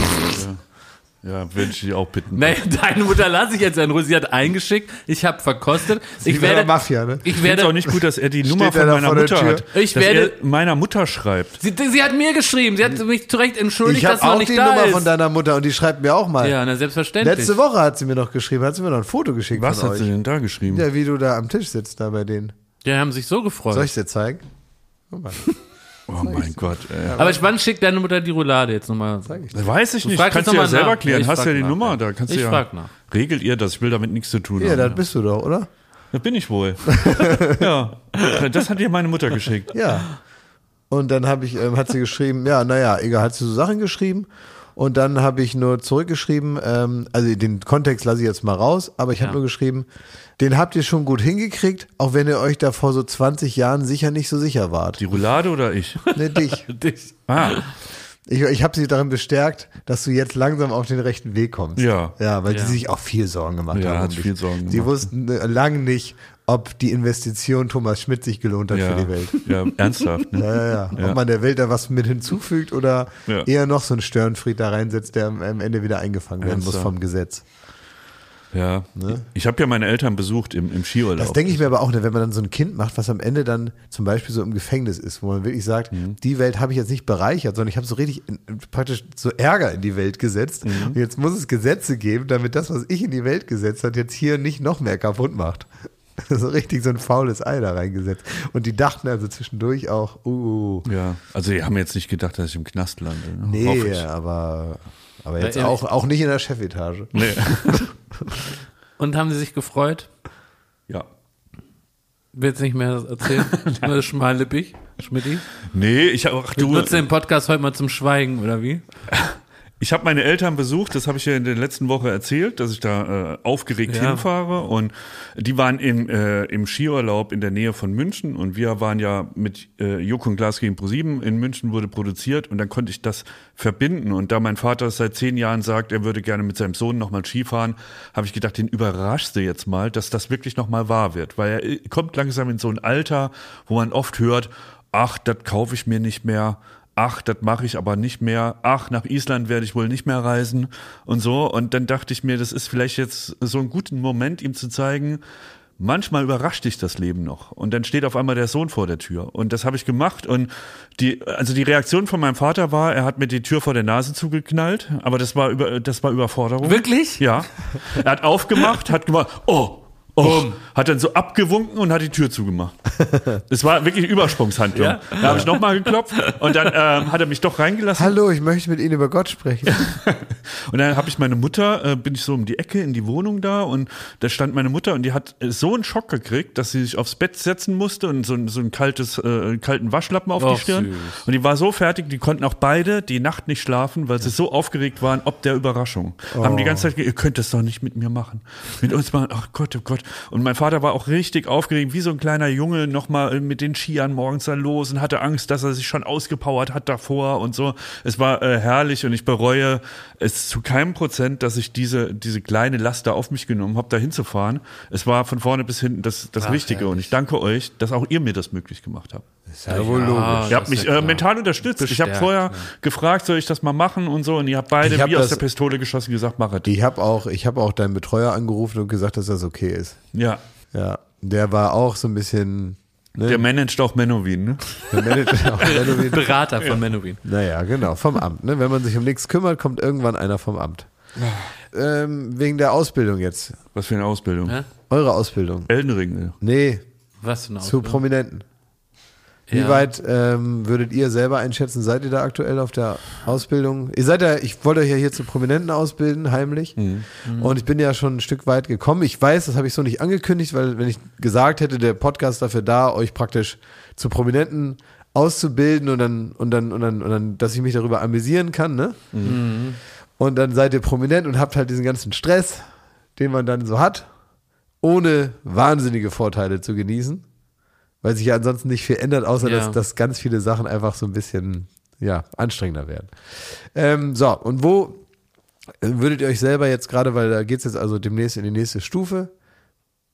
C: Ja, würde ich dich auch bitten.
B: Naja, deine Mutter lasse ich jetzt in Ruhe. Sie hat eingeschickt, ich habe verkostet. Ich
A: wäre
B: werde,
A: Mafia, ne?
B: ich
C: Ich finde
B: werde,
C: es auch nicht gut, dass er die Nummer
A: Steht er
C: von
A: da
C: meiner
A: vor der
C: Mutter
A: Tür?
C: hat.
B: Ich
C: dass
B: werde-
C: er meiner Mutter schreibt.
B: sie, sie hat mir geschrieben, sie hat mich zu Recht
A: Ich
B: entschuldigt, dass
A: habe
B: noch
A: auch
B: nicht
A: die
B: da
A: Nummer
B: ist.
A: von deiner Mutter und die schreibt mir auch mal.
B: ja, na selbstverständlich.
A: Letzte Woche hat sie mir noch geschrieben, hat sie mir noch ein Foto geschickt
C: Was
A: von
C: hat
A: euch.
C: sie denn da geschrieben?
A: Ja, wie du da am Tisch sitzt da bei denen.
B: Die haben sich so gefreut.
A: Soll ich dir zeigen?
C: oh mein Gott. Ey.
B: Aber wann schickt deine Mutter die Roulade jetzt nochmal?
C: Weiß ich nicht.
B: fragst
C: Kannst du
B: jetzt
C: ja
B: noch mal
C: selber
B: nach.
C: klären.
B: Ich
C: Hast
B: frag
C: ja die
B: nach,
C: Nummer
B: ja.
C: da. Kannst
B: Ich
C: du ja.
B: frag nach.
C: Regelt ihr das? Ich will damit nichts zu tun
A: Ja,
C: haben.
A: dann bist du doch, oder?
C: Das bin ich wohl. ja. Das hat dir meine Mutter geschickt.
A: Ja. Und dann habe ich, ähm, hat sie geschrieben, ja, naja, egal, hat sie so Sachen geschrieben. Und dann habe ich nur zurückgeschrieben, ähm, also den Kontext lasse ich jetzt mal raus, aber ich habe nur geschrieben, den habt ihr schon gut hingekriegt, auch wenn ihr euch da vor so 20 Jahren sicher nicht so sicher wart.
C: Die Roulade oder ich?
A: Ne, dich.
B: Dich.
C: Ah,
A: Ich, ich habe sie darin bestärkt, dass du jetzt langsam auf den rechten Weg kommst.
C: Ja.
A: Ja, weil
B: Ja.
A: sie sich auch viel Sorgen gemacht
C: Ja,
A: haben. um
C: hat
A: dich.
C: viel Sorgen
A: Sie
C: gemacht.
A: wussten äh, lang nicht, ob die Investition Thomas Schmidt sich gelohnt hat
C: ja.
A: für die Welt.
C: ja, ernsthaft. Ne?
A: Ja, ja, ja. Ob man der Welt da was mit hinzufügt oder
C: Ja.
A: eher noch so einen Störenfried da reinsetzt, der am, am Ende wieder eingefangen werden muss
C: Ernsthaft?
A: vom Gesetz.
C: Ja. Ich habe ja meine Eltern besucht im, im Skiurlaub.
A: Ne? Das denke ich mir aber auch, ne, wenn man dann so ein Kind macht, was am Ende dann zum Beispiel so im Gefängnis ist, wo man wirklich sagt,
C: Mhm.
A: die Welt habe ich jetzt nicht bereichert, sondern ich habe so richtig in, praktisch so Ärger in die Welt gesetzt.
C: Mhm.
A: Und jetzt muss es Gesetze geben, damit das, was ich in die Welt gesetzt hat, jetzt hier nicht noch mehr kaputt macht. So richtig so ein faules Ei da reingesetzt. Und die dachten also zwischendurch auch, uh,
C: ja. Also die haben jetzt nicht gedacht, dass ich im Knast lande. Ne? Hoffe
A: Nee,
C: ich.
A: aber, aber jetzt
B: ehrlich-
A: auch, auch nicht in der Chefetage.
C: Nee.
B: Und haben sie sich gefreut?
C: ja.
B: Willst nicht mehr erzählen? Nur schmallippig, Schmidti.
C: Nee, ich hab- ach, du.
B: Nutzt den Podcast heute mal zum Schweigen, oder wie?
C: Ich habe meine Eltern besucht, das habe ich ja in der letzten Woche erzählt, dass ich da äh, aufgeregt
B: Ja.
C: hinfahre. Und die waren im, äh, im Skiurlaub in der Nähe von München und wir waren ja mit äh, Juck und Glas gegen ProSieben in München wurde produziert und dann konnte ich das verbinden. Und da mein Vater seit zehn Jahren sagt, er würde gerne mit seinem Sohn nochmal Ski fahren, habe ich gedacht, den überraschst du jetzt mal, dass das wirklich nochmal wahr wird. Weil er äh, kommt langsam in so ein Alter, wo man oft hört, ach, das kaufe ich mir nicht mehr, ach, das mache ich aber nicht mehr, ach, nach Island werde ich wohl nicht mehr reisen und so. Und dann dachte ich mir, das ist vielleicht jetzt so ein guter Moment, ihm zu zeigen, manchmal überrascht dich das Leben noch. Und dann steht auf einmal der Sohn vor der Tür. Und das habe ich gemacht. Und die, also die Reaktion von meinem Vater war, er hat mir die Tür vor der Nase zugeknallt, aber das war über, das war Überforderung.
B: Wirklich?
C: Ja. Er hat aufgemacht, hat gemacht, oh, oh, hat dann so abgewunken und hat die Tür zugemacht. Es war wirklich Übersprungshandlung. Da habe ich nochmal geklopft und dann ähm, hat er mich doch reingelassen.
A: Hallo, ich möchte mit Ihnen über Gott sprechen.
C: Und dann habe ich meine Mutter, äh, bin ich so um die Ecke in die Wohnung da und da stand meine Mutter und die hat äh, so einen Schock gekriegt, dass sie sich aufs Bett setzen musste und so, ein- so ein kaltes, äh, einen kalten Waschlappen auf
B: Ach,
C: die Stirn.
B: süß.
C: Und die war so fertig, die konnten auch beide die Nacht nicht schlafen, weil sie so aufgeregt waren, ob der Überraschung. Haben
B: Oh.
C: die ganze Zeit, ge- ihr könnt das doch nicht mit mir machen. Mit uns machen, ach Gott, oh Gott. Und mein Vater war auch richtig aufgeregt, wie so ein kleiner Junge, nochmal mit den Skiern morgens dann los und hatte Angst, dass er sich schon ausgepowert hat davor und so. Es war äh, herrlich und ich bereue es zu keinem Prozent, dass ich diese, diese kleine Last da auf mich genommen habe, da hinzufahren. Es war von vorne bis hinten das, das Wichtige und ich danke euch, dass auch ihr mir das möglich gemacht habt.
A: ja, wohl
B: Ah,
C: Ihr
B: das
C: habt mich
B: ist ja
C: äh,
B: klar.
C: mental unterstützt. ich habe
B: Bestärkt,
C: vorher
B: ne?
C: gefragt, soll ich das mal machen und so. Und ihr habt beide
A: Ich hab
C: wie aus
A: das-
C: der Pistole geschossen gesagt, mach es.
A: Ich habe auch, ich habe auch deinen Betreuer angerufen und gesagt, dass das okay ist.
C: Ja.
A: Ja, der war auch so ein bisschen. Ne,
C: Der managt auch Menowin, ne?
A: der Manager, auch Menowin.
B: Berater von Menowin.
A: Naja, genau, vom Amt. Ne? Wenn man sich um nichts kümmert, kommt irgendwann einer vom Amt. Ähm, wegen der Ausbildung jetzt.
C: Was für eine Ausbildung.
B: Hä?
A: Eure Ausbildung.
C: Elden Ring. ne?
A: Nee,
B: Was für eine
A: zu
B: Ausbildung?
A: Prominenten. Wie
B: Ja.
A: weit ähm, würdet ihr selber einschätzen, seid ihr da aktuell auf der Ausbildung? Ihr seid ja, ich wollte euch ja hier zu Prominenten ausbilden, heimlich. Und ich bin ja schon ein Stück weit gekommen. Ich weiß, das habe ich so nicht angekündigt, weil wenn ich gesagt hätte, der Podcast dafür da, euch praktisch zu Prominenten auszubilden und dann, und dann, und dann, und dann, dass ich mich darüber amüsieren kann, ne? Und dann seid ihr prominent und habt halt diesen ganzen Stress, den man dann so hat, ohne wahnsinnige Vorteile zu genießen. Weil sich ja ansonsten nicht viel ändert, außer
B: Ja.
A: dass, dass ganz viele Sachen einfach so ein bisschen ja, anstrengender werden. Ähm, so, und wo äh, würdet ihr euch selber jetzt gerade, weil da geht es jetzt also demnächst in die nächste Stufe,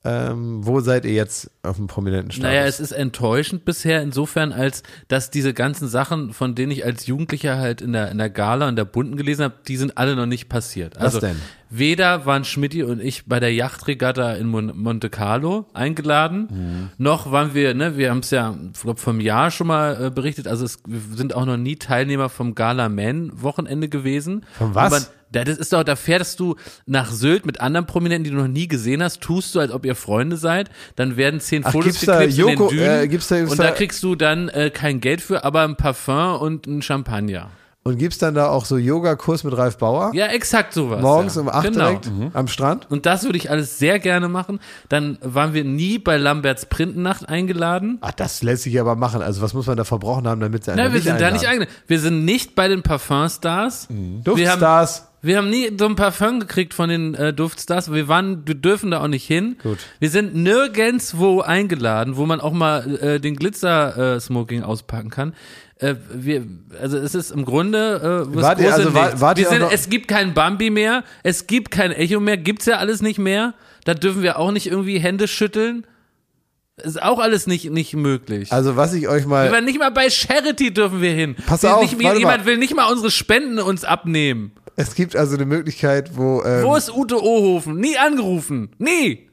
A: ähm, wo seid ihr jetzt auf dem prominenten Status?
B: Naja, es ist enttäuschend bisher insofern, als dass diese ganzen Sachen, von denen ich als Jugendlicher halt in der, in der Gala und der Bunten gelesen habe, die sind alle noch nicht passiert.
A: Was
B: Also
A: denn?
B: weder waren Schmidti und ich bei der Yachtregatta in Mon Monte Carlo eingeladen,
A: Mhm.
B: noch waren wir, ne, wir haben es ja ich glaub, vom Jahr schon mal äh, berichtet, also es, wir sind auch noch nie Teilnehmer vom Gala Man Wochenende gewesen.
A: Von was?
B: Aber da, das ist doch, da fährst du nach Sylt mit anderen Prominenten, die du noch nie gesehen hast, tust du, als ob ihr Freunde seid, dann werden zehn
A: Ach,
B: Fotos
A: gibt's da
B: geknipst
A: Joko-
B: in den Dünen
A: äh, gibt's da- gibt's
B: und da,
A: da-
B: kriegst du dann äh, kein Geld für, aber ein Parfum und ein Champagner.
A: und gibt es dann da auch so Yoga-Kurs mit Ralf Bauer?
B: Ja, exakt sowas.
A: Morgens
B: ja.
A: um 8
B: genau.
A: direkt am Strand?
B: Und das würde ich alles sehr gerne machen. Dann waren wir nie bei Lamberts Printennacht eingeladen.
A: Ach, Ah, das lässt sich aber machen. Also was muss man da verbrochen haben, damit sie einen
B: Na, wir
A: nicht Hm.
B: sind da
A: einladen?
B: nicht eingeladen. Wir sind nicht bei den Parfumstars.
A: Duftstars.
B: Wir haben nie so ein Parfum gekriegt von den äh, Duftstars. Wir waren, wir dürfen da auch nicht hin.
A: Gut.
B: Wir sind nirgends wo eingeladen, wo man auch mal äh, den Glitzer-Smoking auspacken kann. Äh, wir, also es ist im Grunde äh, was
A: Wart ihr-
B: große
A: also war-
B: Nichts.
A: wart
B: wir
A: ihr auch
B: sind,
A: noch-
B: Es gibt kein Bambi mehr, es gibt kein Echo mehr, gibt's ja alles nicht mehr. Da dürfen wir auch nicht irgendwie Hände schütteln. Ist auch alles nicht, nicht möglich.
A: Also was ich euch
B: wir
A: mal,
B: waren nicht mal bei Charity dürfen wir hin.
A: Pass
B: wir,
A: auf,
B: nicht,
A: warte mal.
B: jemand will nicht mal unsere Spenden uns abnehmen.
A: es gibt also eine Möglichkeit, wo, ähm,
B: Wo ist Ute Ohofen? Nie angerufen. Nie.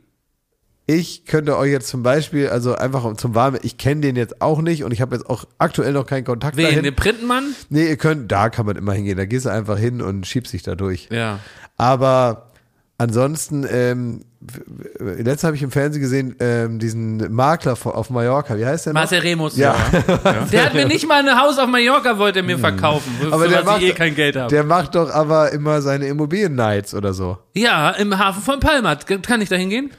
A: ich könnte euch jetzt zum Beispiel, also einfach um- zum Warmen, ich kenne den jetzt auch nicht und ich habe jetzt auch aktuell noch keinen Kontakt
B: Wen?
A: dahin.
B: Den Printenmann?
A: Nee, ihr könnt, da kann man immer hingehen, da gehst du einfach hin und schiebst dich da durch.
B: Ja.
A: Aber ansonsten, ähm, w- w- letztens habe ich im Fernsehen gesehen, ähm, diesen Makler von- auf Mallorca, wie heißt der noch?
B: Marcel Remus.
A: Ja.
B: Der hat mir nicht mal ein Haus auf Mallorca wollte er mir verkaufen,
A: Aber
B: für
A: der
B: was
A: macht-
B: ich eh kein Geld habe.
A: Der macht doch aber immer seine Immobilien-Nights oder so.
B: Ja, im Hafen von Palma. Kann ich da hingehen?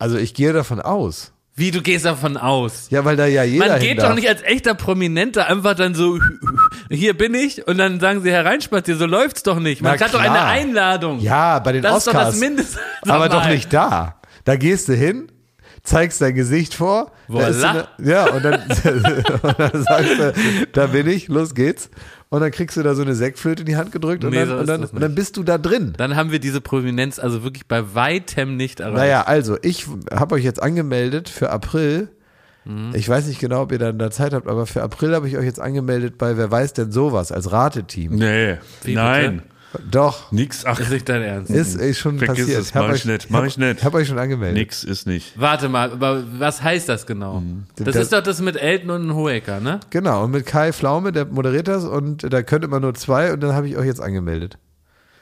A: Also ich gehe davon aus.
B: Wie, du gehst davon aus?
A: Ja, weil da ja jeder
B: Man
A: hin
B: geht
A: darf.
B: doch nicht als echter Prominenter einfach dann so, hier bin ich, und dann sagen sie hereinspazieren. So läuft's doch nicht. Man
A: Na
B: hat doch eine
A: klar.
B: Einladung.
A: Ja, bei den
B: Das ist doch
A: Oscars.
B: das Mindeste.
A: aber doch
B: Normal.
A: nicht da. Da gehst du hin, zeigst dein Gesicht vor. da ist so
B: Voila.
A: eine, ja, und dann, und dann sagst du, da bin ich, los geht's. Und dann kriegst du da so eine Sektflöte in die Hand gedrückt und,
B: Nee,
A: dann,
B: so
A: und,
B: ist
A: dann,
B: das
A: und dann
B: nicht.
A: bist du da drin.
B: Dann haben wir diese Prominenz also wirklich bei weitem nicht erreicht.
A: Naja, also ich habe euch jetzt angemeldet für April.
C: Mhm.
A: Ich weiß nicht genau, ob ihr dann da Zeit habt, aber für April habe ich euch jetzt angemeldet bei Wer weiß denn sowas als Rateteam.
C: Nee,
B: Wie
C: nein,
B: bitte?
A: Doch,
C: nix, ach,
B: Ist nicht dein Ernst.
A: ist, ist schon
C: Mhm. Vergiss
A: passiert.
C: es, mach
A: Hab
C: ich
A: euch-
C: nicht, mach
A: hab-
C: ich nicht.
A: Hab euch schon angemeldet.
C: nix ist nicht.
B: Warte mal, aber was heißt das genau? Das
A: Das-
B: ist doch das mit Elton und Hoeker, ne?
A: Genau, und mit Kai Pflaume, der moderiert das und da könnte man nur zwei und dann habe ich euch jetzt angemeldet.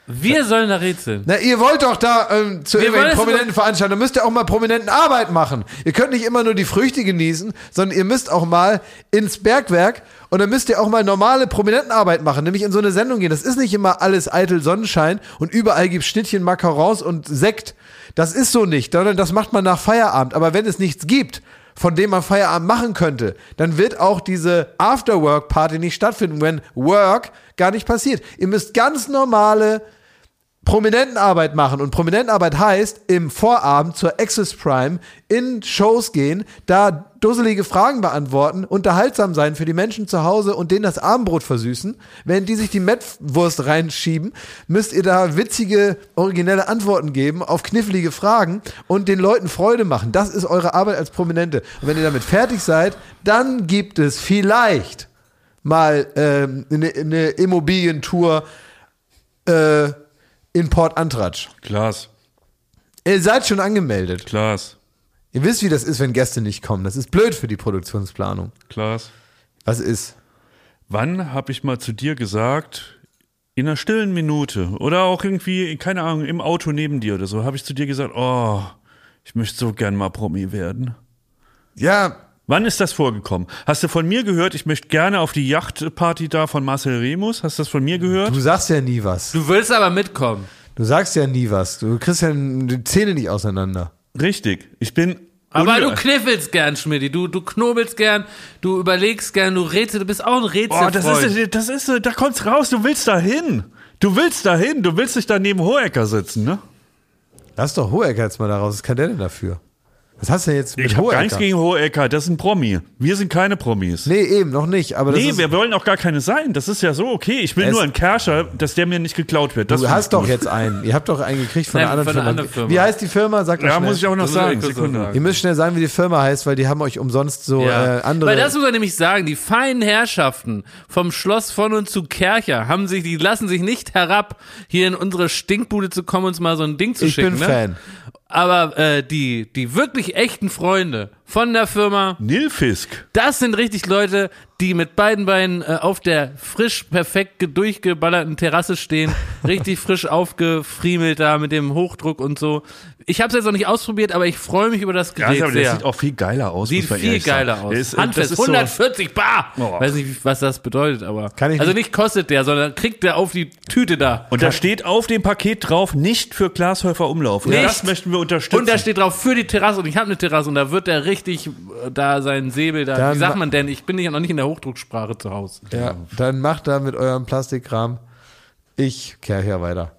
B: Wir sollen da rätseln.
A: Na, ihr wollt doch da ähm, zu
B: Wir wollen
A: irgendwelchen
B: es
A: prominenten
B: über-
A: Veranstaltungen, müsst ihr auch mal prominenten Arbeit machen. Ihr könnt nicht immer nur die Früchte genießen, sondern ihr müsst auch mal ins Bergwerk und dann müsst ihr auch mal normale Prominentenarbeit machen, nämlich in so eine Sendung gehen. Das ist nicht immer alles eitel Sonnenschein und überall gibt's Schnittchen, Macarons und Sekt. Das ist so nicht, sondern das macht man nach Feierabend. Aber wenn es nichts gibt, von dem man Feierabend machen könnte, dann wird auch diese After-Work-Party nicht stattfinden, wenn Work gar nicht passiert. Ihr müsst ganz normale Prominentenarbeit machen und Prominentenarbeit heißt im Vorabend zur Access Prime in Shows gehen, da dusselige Fragen beantworten, unterhaltsam sein für die Menschen zu Hause und denen das Abendbrot versüßen. Während die sich die Mettwurst reinschieben, müsst ihr da witzige, originelle Antworten geben auf knifflige Fragen und den Leuten Freude machen. Das ist eure Arbeit als Prominente. Und wenn ihr damit fertig seid, dann gibt es vielleicht mal ähm, eine, eine Immobilientour äh, in Port Antratsch.
C: Klaas,
A: Ihr seid schon angemeldet.
C: Klaas,
A: Ihr wisst, wie das ist, wenn Gäste nicht kommen. Das ist blöd für die Produktionsplanung.
C: Klaas.
A: Was ist?
C: Wann habe ich mal zu dir gesagt, in einer stillen Minute oder auch irgendwie, keine Ahnung, im Auto neben dir oder so, habe ich zu dir gesagt, oh, ich möchte so gern mal Promi werden.
A: Ja,
C: Wann ist das vorgekommen? Hast du von mir gehört, ich möchte gerne auf die Yachtparty da von Marcel Remus? Hast du das von mir gehört?
A: du sagst ja nie was.
B: Du willst aber mitkommen.
A: Du sagst ja nie was. Du kriegst ja die Zähne nicht auseinander.
C: Richtig. Ich bin.
B: Aber
C: unge-
B: du kniffelst gern, Schmidti. Du, du knobelst gern, du überlegst gern, du rätselst. Du bist auch ein
C: Oh,
B: Rätselfreund.
C: das ist, das ist, da kommt's raus, du willst da hin. Du willst da hin, du willst nicht da neben Hohecker sitzen, ne?
A: Lass doch Hohecker jetzt mal da raus. Was kann der denn dafür? Was hast du denn jetzt mit
C: Ich habe gar nichts
A: Hohecker?
C: gegen Hohecker, das ist ein Promi. Wir sind keine Promis.
A: Nee, eben, noch nicht. Aber das
C: Nee,
A: ist,
C: wir wollen auch gar keine sein. Das ist ja so okay. Ich will
A: Es-
C: nur einen Kerscher, dass der mir nicht geklaut wird. Das
A: du
C: find
A: hast
C: ich
A: doch
C: gut.
A: jetzt einen. Ihr habt doch einen gekriegt von,
B: Nein,
A: einer, anderen
B: von einer
A: Firma.
B: anderen Firma.
A: Wie heißt die Firma? Sag doch
C: Ja,
A: schnell.
C: muss ich auch noch
B: Das muss
C: sagen.
B: ich kurz
C: Sekunde.
B: noch sagen.
A: Ihr müsst schnell sagen, wie die Firma heißt, weil die haben euch umsonst so
B: Ja.
A: äh, andere.
B: Weil das muss man nämlich sagen, die feinen Herrschaften vom Schloss von und zu Kercher haben sich, die lassen sich nicht herab, hier in unsere Stinkbude zu kommen, uns mal so ein Ding zu
A: ich
B: schicken.
A: bin
B: ne?
A: Fan.
B: Aber äh, die, die wirklich echten Freunde von der Firma,
C: Nilfisk.
B: das sind richtig Leute, die mit beiden Beinen äh, auf der frisch, perfekt ge- durchgeballerten Terrasse stehen, richtig frisch aufgefriemelt da mit dem Hochdruck und so. Ich habe es jetzt noch nicht ausprobiert, aber ich freue mich über das
C: Ja,
B: Gerät
C: aber der
B: sehr.
C: sieht auch viel geiler aus.
B: Sieht
C: muss man
B: viel
C: ehrlich sagen.
B: geiler aus.
C: Der ist, äh, das
B: Handfest,
C: ist so-
B: 140 Bar.
C: Oh.
B: Weiß nicht, wie- was das bedeutet, aber.
A: Kann ich
B: also
A: nicht-
B: nicht kostet der, sondern kriegt der auf die Tüte da.
C: Und da steht auf dem Paket drauf, nicht für Glashäufer Umlauf. Und
B: Nicht.
C: das möchten wir unterstützen.
B: Und da steht drauf für die Terrasse und ich habe eine Terrasse und da wird der richtig äh, da seinen Säbel da.
A: Dann
B: wie sagt
A: ma-
B: man denn? Ich bin nicht, noch nicht in der Hochdrucksprache zu Hause.
A: Ja, dann macht da mit eurem Plastikkram. Ich kehre hier weiter.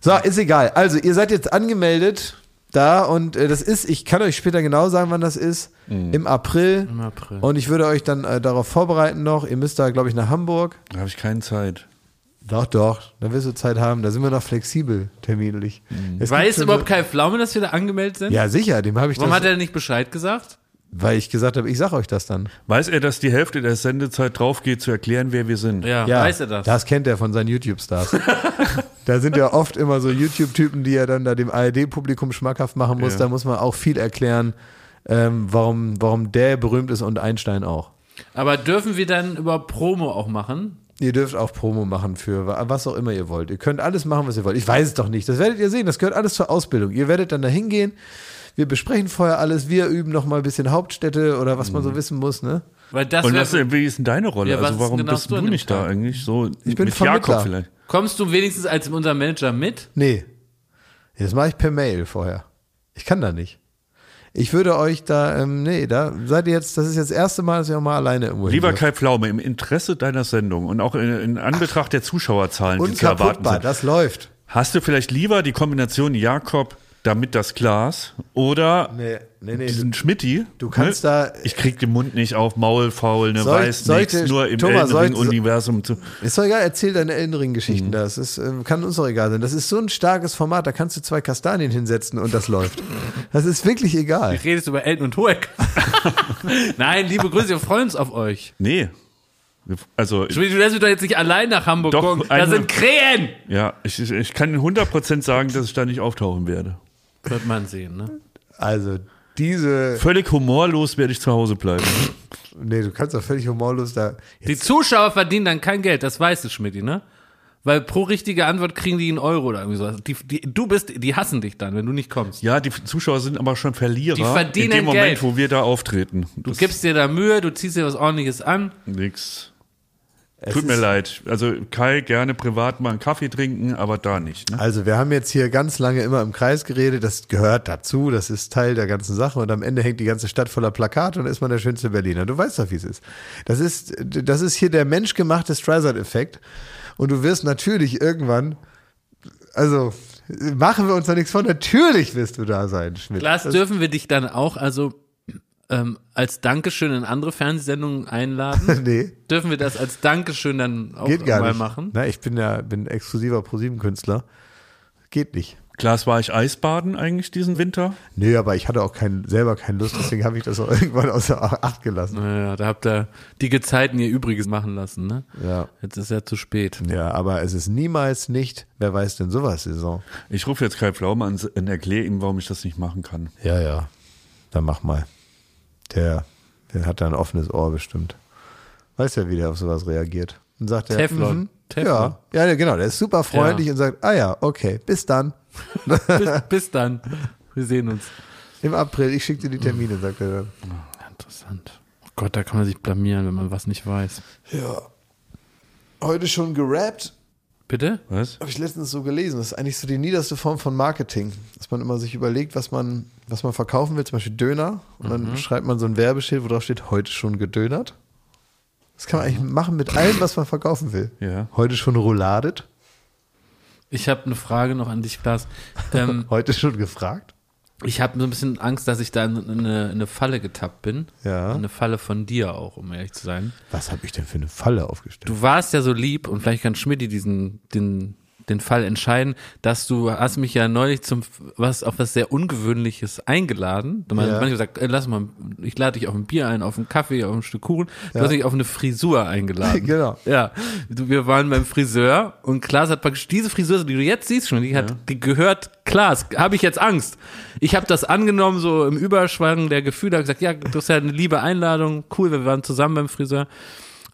A: So, ist egal. Also, ihr seid jetzt angemeldet da und äh, das ist, ich kann euch später genau sagen, wann das ist. Im April. Im
B: April.
A: Und ich würde euch dann äh, darauf vorbereiten noch. Ihr müsst da, glaube ich, nach Hamburg.
C: da habe ich keine Zeit.
A: Doch, doch. Da wirst du Zeit haben. Da sind wir noch flexibel terminlich. Es gibt
B: Weiß
A: schon
B: überhaupt
A: so,
B: Kai Pflaume, dass wir da angemeldet sind?
A: Ja, sicher. Dem habe ich
B: Warum
A: das.
B: hat er nicht Bescheid gesagt?
A: weil ich gesagt habe, ich sag euch das dann.
C: Weiß er, dass die Hälfte der Sendezeit drauf geht, zu erklären, wer wir sind?
B: Ja, weiß er das?
A: Das kennt er von seinen YouTube-Stars. da sind ja oft immer so YouTube-Typen, die er dann da dem ARD-Publikum schmackhaft machen muss.
C: Ja.
A: Da muss man auch viel erklären, ähm, warum, warum der berühmt ist und Einstein auch.
B: Aber dürfen wir dann über Promo auch machen?
A: Ihr dürft auch Promo machen für wa- was auch immer ihr wollt. Ihr könnt alles machen, was ihr wollt. Ich weiß es doch nicht. Das werdet ihr sehen. Das gehört alles zur Ausbildung. Ihr werdet dann da hingehen. Wir besprechen vorher alles. Wir üben noch mal ein bisschen Hauptstädte oder was man
B: Mhm.
A: so wissen muss. Ne?
B: Weil das
C: Und
B: wär-
C: was, wie ist denn deine Rolle?
B: Ja, was
C: also warum
B: genau
C: bist
B: hast du
C: du
B: an dem
C: nicht da
B: Tag?
C: eigentlich? So
A: Ich bin
C: mit Jakob
A: Vermittler.
C: vielleicht.
B: kommst du wenigstens als unser Manager mit?
A: Nee. Das mache ich per Mail vorher. Ich kann da nicht. Ich würde euch da, ähm, nee, da seid ihr jetzt, das ist jetzt das erste Mal, dass ihr auch mal alleine irgendwo
C: Lieber
A: hingeht.
C: Kai Pflaume, im Interesse deiner Sendung und auch in, in Anbetracht der Zuschauerzahlen, die
A: Und
C: zu erwarten
A: kaputtbar,
C: sind,
A: das läuft.
C: hast du vielleicht lieber die Kombination Jakob, damit das Glas oder
A: Nee, nee, nee.
C: diesen Schmitti?
A: du kannst da-
C: Ich krieg den Mund nicht auf, Maul faul, ne,
A: Soll-
C: weiß
A: sollte-
C: nichts, nur im
A: Thomas,
C: Elden Ring
A: sollte-
C: Universum zu.
A: Ist doch egal, erzähl deine
C: Mhm.
A: Ellenring-Geschichten da. Das ist, äh, kann uns doch egal sein. Das ist so ein starkes Format, da kannst du zwei Kastanien hinsetzen und das läuft. Das ist wirklich egal.
B: Redest über Elton und Hoek. Nein, liebe Grüße, wir freuen uns auf euch.
C: Nee. Also,
B: Du lässt mich doch jetzt nicht allein nach Hamburg
C: Doch, also-
B: gucken. Da
C: eine-
B: sind Krähen!
C: ja, ich, ich- ich kann 100% sagen, dass ich da nicht auftauchen werde.
B: Wird man sehen, ne?
A: Also, diese.
C: Völlig humorlos werde ich zu Hause bleiben.
A: Nee, du kannst doch völlig humorlos da.
B: Die Zuschauer verdienen dann kein Geld, das weißt du, Schmidti, ne? Weil pro richtige Antwort kriegen die einen Euro oder irgendwie sowas. Die, die, du bist, die hassen dich dann, wenn du nicht kommst.
C: Ja, die Zuschauer sind aber schon Verlierer
B: Die verdienen
C: in dem Moment,
B: Geld.
C: wo wir da auftreten.
B: Du gibst dir da Mühe, du ziehst dir was ordentliches an.
C: nix.
A: Es
C: Tut mir
A: ist-
C: leid. Also Kai gerne privat mal einen Kaffee trinken, aber da nicht. Ne?
A: Also, wir haben jetzt hier ganz lange immer im Kreis geredet. Das gehört dazu. Das ist Teil der ganzen Sache. Und am Ende hängt die ganze Stadt voller Plakate und ist man der schönste Berliner. Du weißt doch, wie es ist. Das ist, das ist hier der menschgemachte Streisand-Effekt. Und du wirst natürlich irgendwann, also, machen wir uns da nichts von. Natürlich wirst du da sein, Schmidt.
B: Lars, dürfen wir dich dann auch, also ähm, als Dankeschön in andere Fernsehsendungen einladen?
A: Nee.
B: Dürfen wir das als Dankeschön dann auch
A: Geht gar
B: mal
A: nicht.
B: machen?
A: Na, ich bin ja bin exklusiver ProSieben-Künstler. Geht nicht.
C: Klaas, war ich Eisbaden eigentlich diesen Winter?
A: Nö, aber ich hatte auch kein, selber keine Lust, deswegen habe ich das auch irgendwann außer Acht gelassen.
B: Naja, da habt ihr die Gezeiten ihr Übriges machen lassen, ne?
A: Ja.
B: Jetzt ist ja zu spät.
A: Ja, aber es ist niemals nicht, wer weiß denn sowas, Saison.
C: Ich rufe jetzt Kai Pflaume an und erkläre ihm, warum ich das nicht machen kann.
A: Ja, ja. Dann mach mal. Der, der hat da ein offenes Ohr bestimmt. Weiß ja, wie der auf sowas reagiert. Und sagt er,
B: Teflon.
A: mhm,
B: Teflon.
A: Ja. ja, genau, der ist super freundlich
B: Ja.
A: und sagt, ah ja, okay, bis dann.
B: Bis, bis dann. Wir sehen uns.
A: Im April, ich schicke dir die Termine, sagt er dann.
B: Interessant. Oh Gott, da kann man sich blamieren, wenn man was nicht weiß.
A: Ja. Heute schon gerappt,
B: Bitte?
C: Was?
A: Habe ich letztens so gelesen. Das ist eigentlich so die niederste Form von Marketing, dass man immer sich überlegt, was man, was man verkaufen will, zum Beispiel Döner. Und
B: Mhm.
A: dann schreibt man so ein Werbeschild, wo drauf steht, heute schon gedönert. Das kann man eigentlich
B: Mhm.
A: machen mit allem, was man verkaufen will.
C: Ja.
A: Heute schon rouladet,
B: Ich habe eine Frage noch an dich, Klaas. Ähm,
A: heute schon gefragt.
B: ich habe so ein bisschen Angst, dass ich da in eine, in eine Falle getappt bin.
A: Ja.
B: In Eine Falle von dir auch, um ehrlich zu sein.
A: Was habe ich denn für eine Falle aufgestellt?
B: Du warst ja so lieb und vielleicht kann Schmidti diesen, den, den Fall entscheiden, dass du hast mich ja neulich zum was auf was sehr Ungewöhnliches eingeladen. Du hast
A: Ja.
B: manchmal gesagt, ey, lass mal, ich lade dich auf ein Bier ein, auf einen Kaffee, auf ein Stück Kuchen. Du hast mich auf eine Frisur eingeladen.
A: Genau.
B: Ja. Du, wir waren beim Friseur und Klaas hat praktisch diese Frisur, die du jetzt siehst, schon, die hat die gehört, Klaas, habe ich jetzt Angst. Ich habe das angenommen, so im Überschwang der Gefühle, hab gesagt, ja, das ist ja eine liebe Einladung, cool, wir waren zusammen beim Friseur.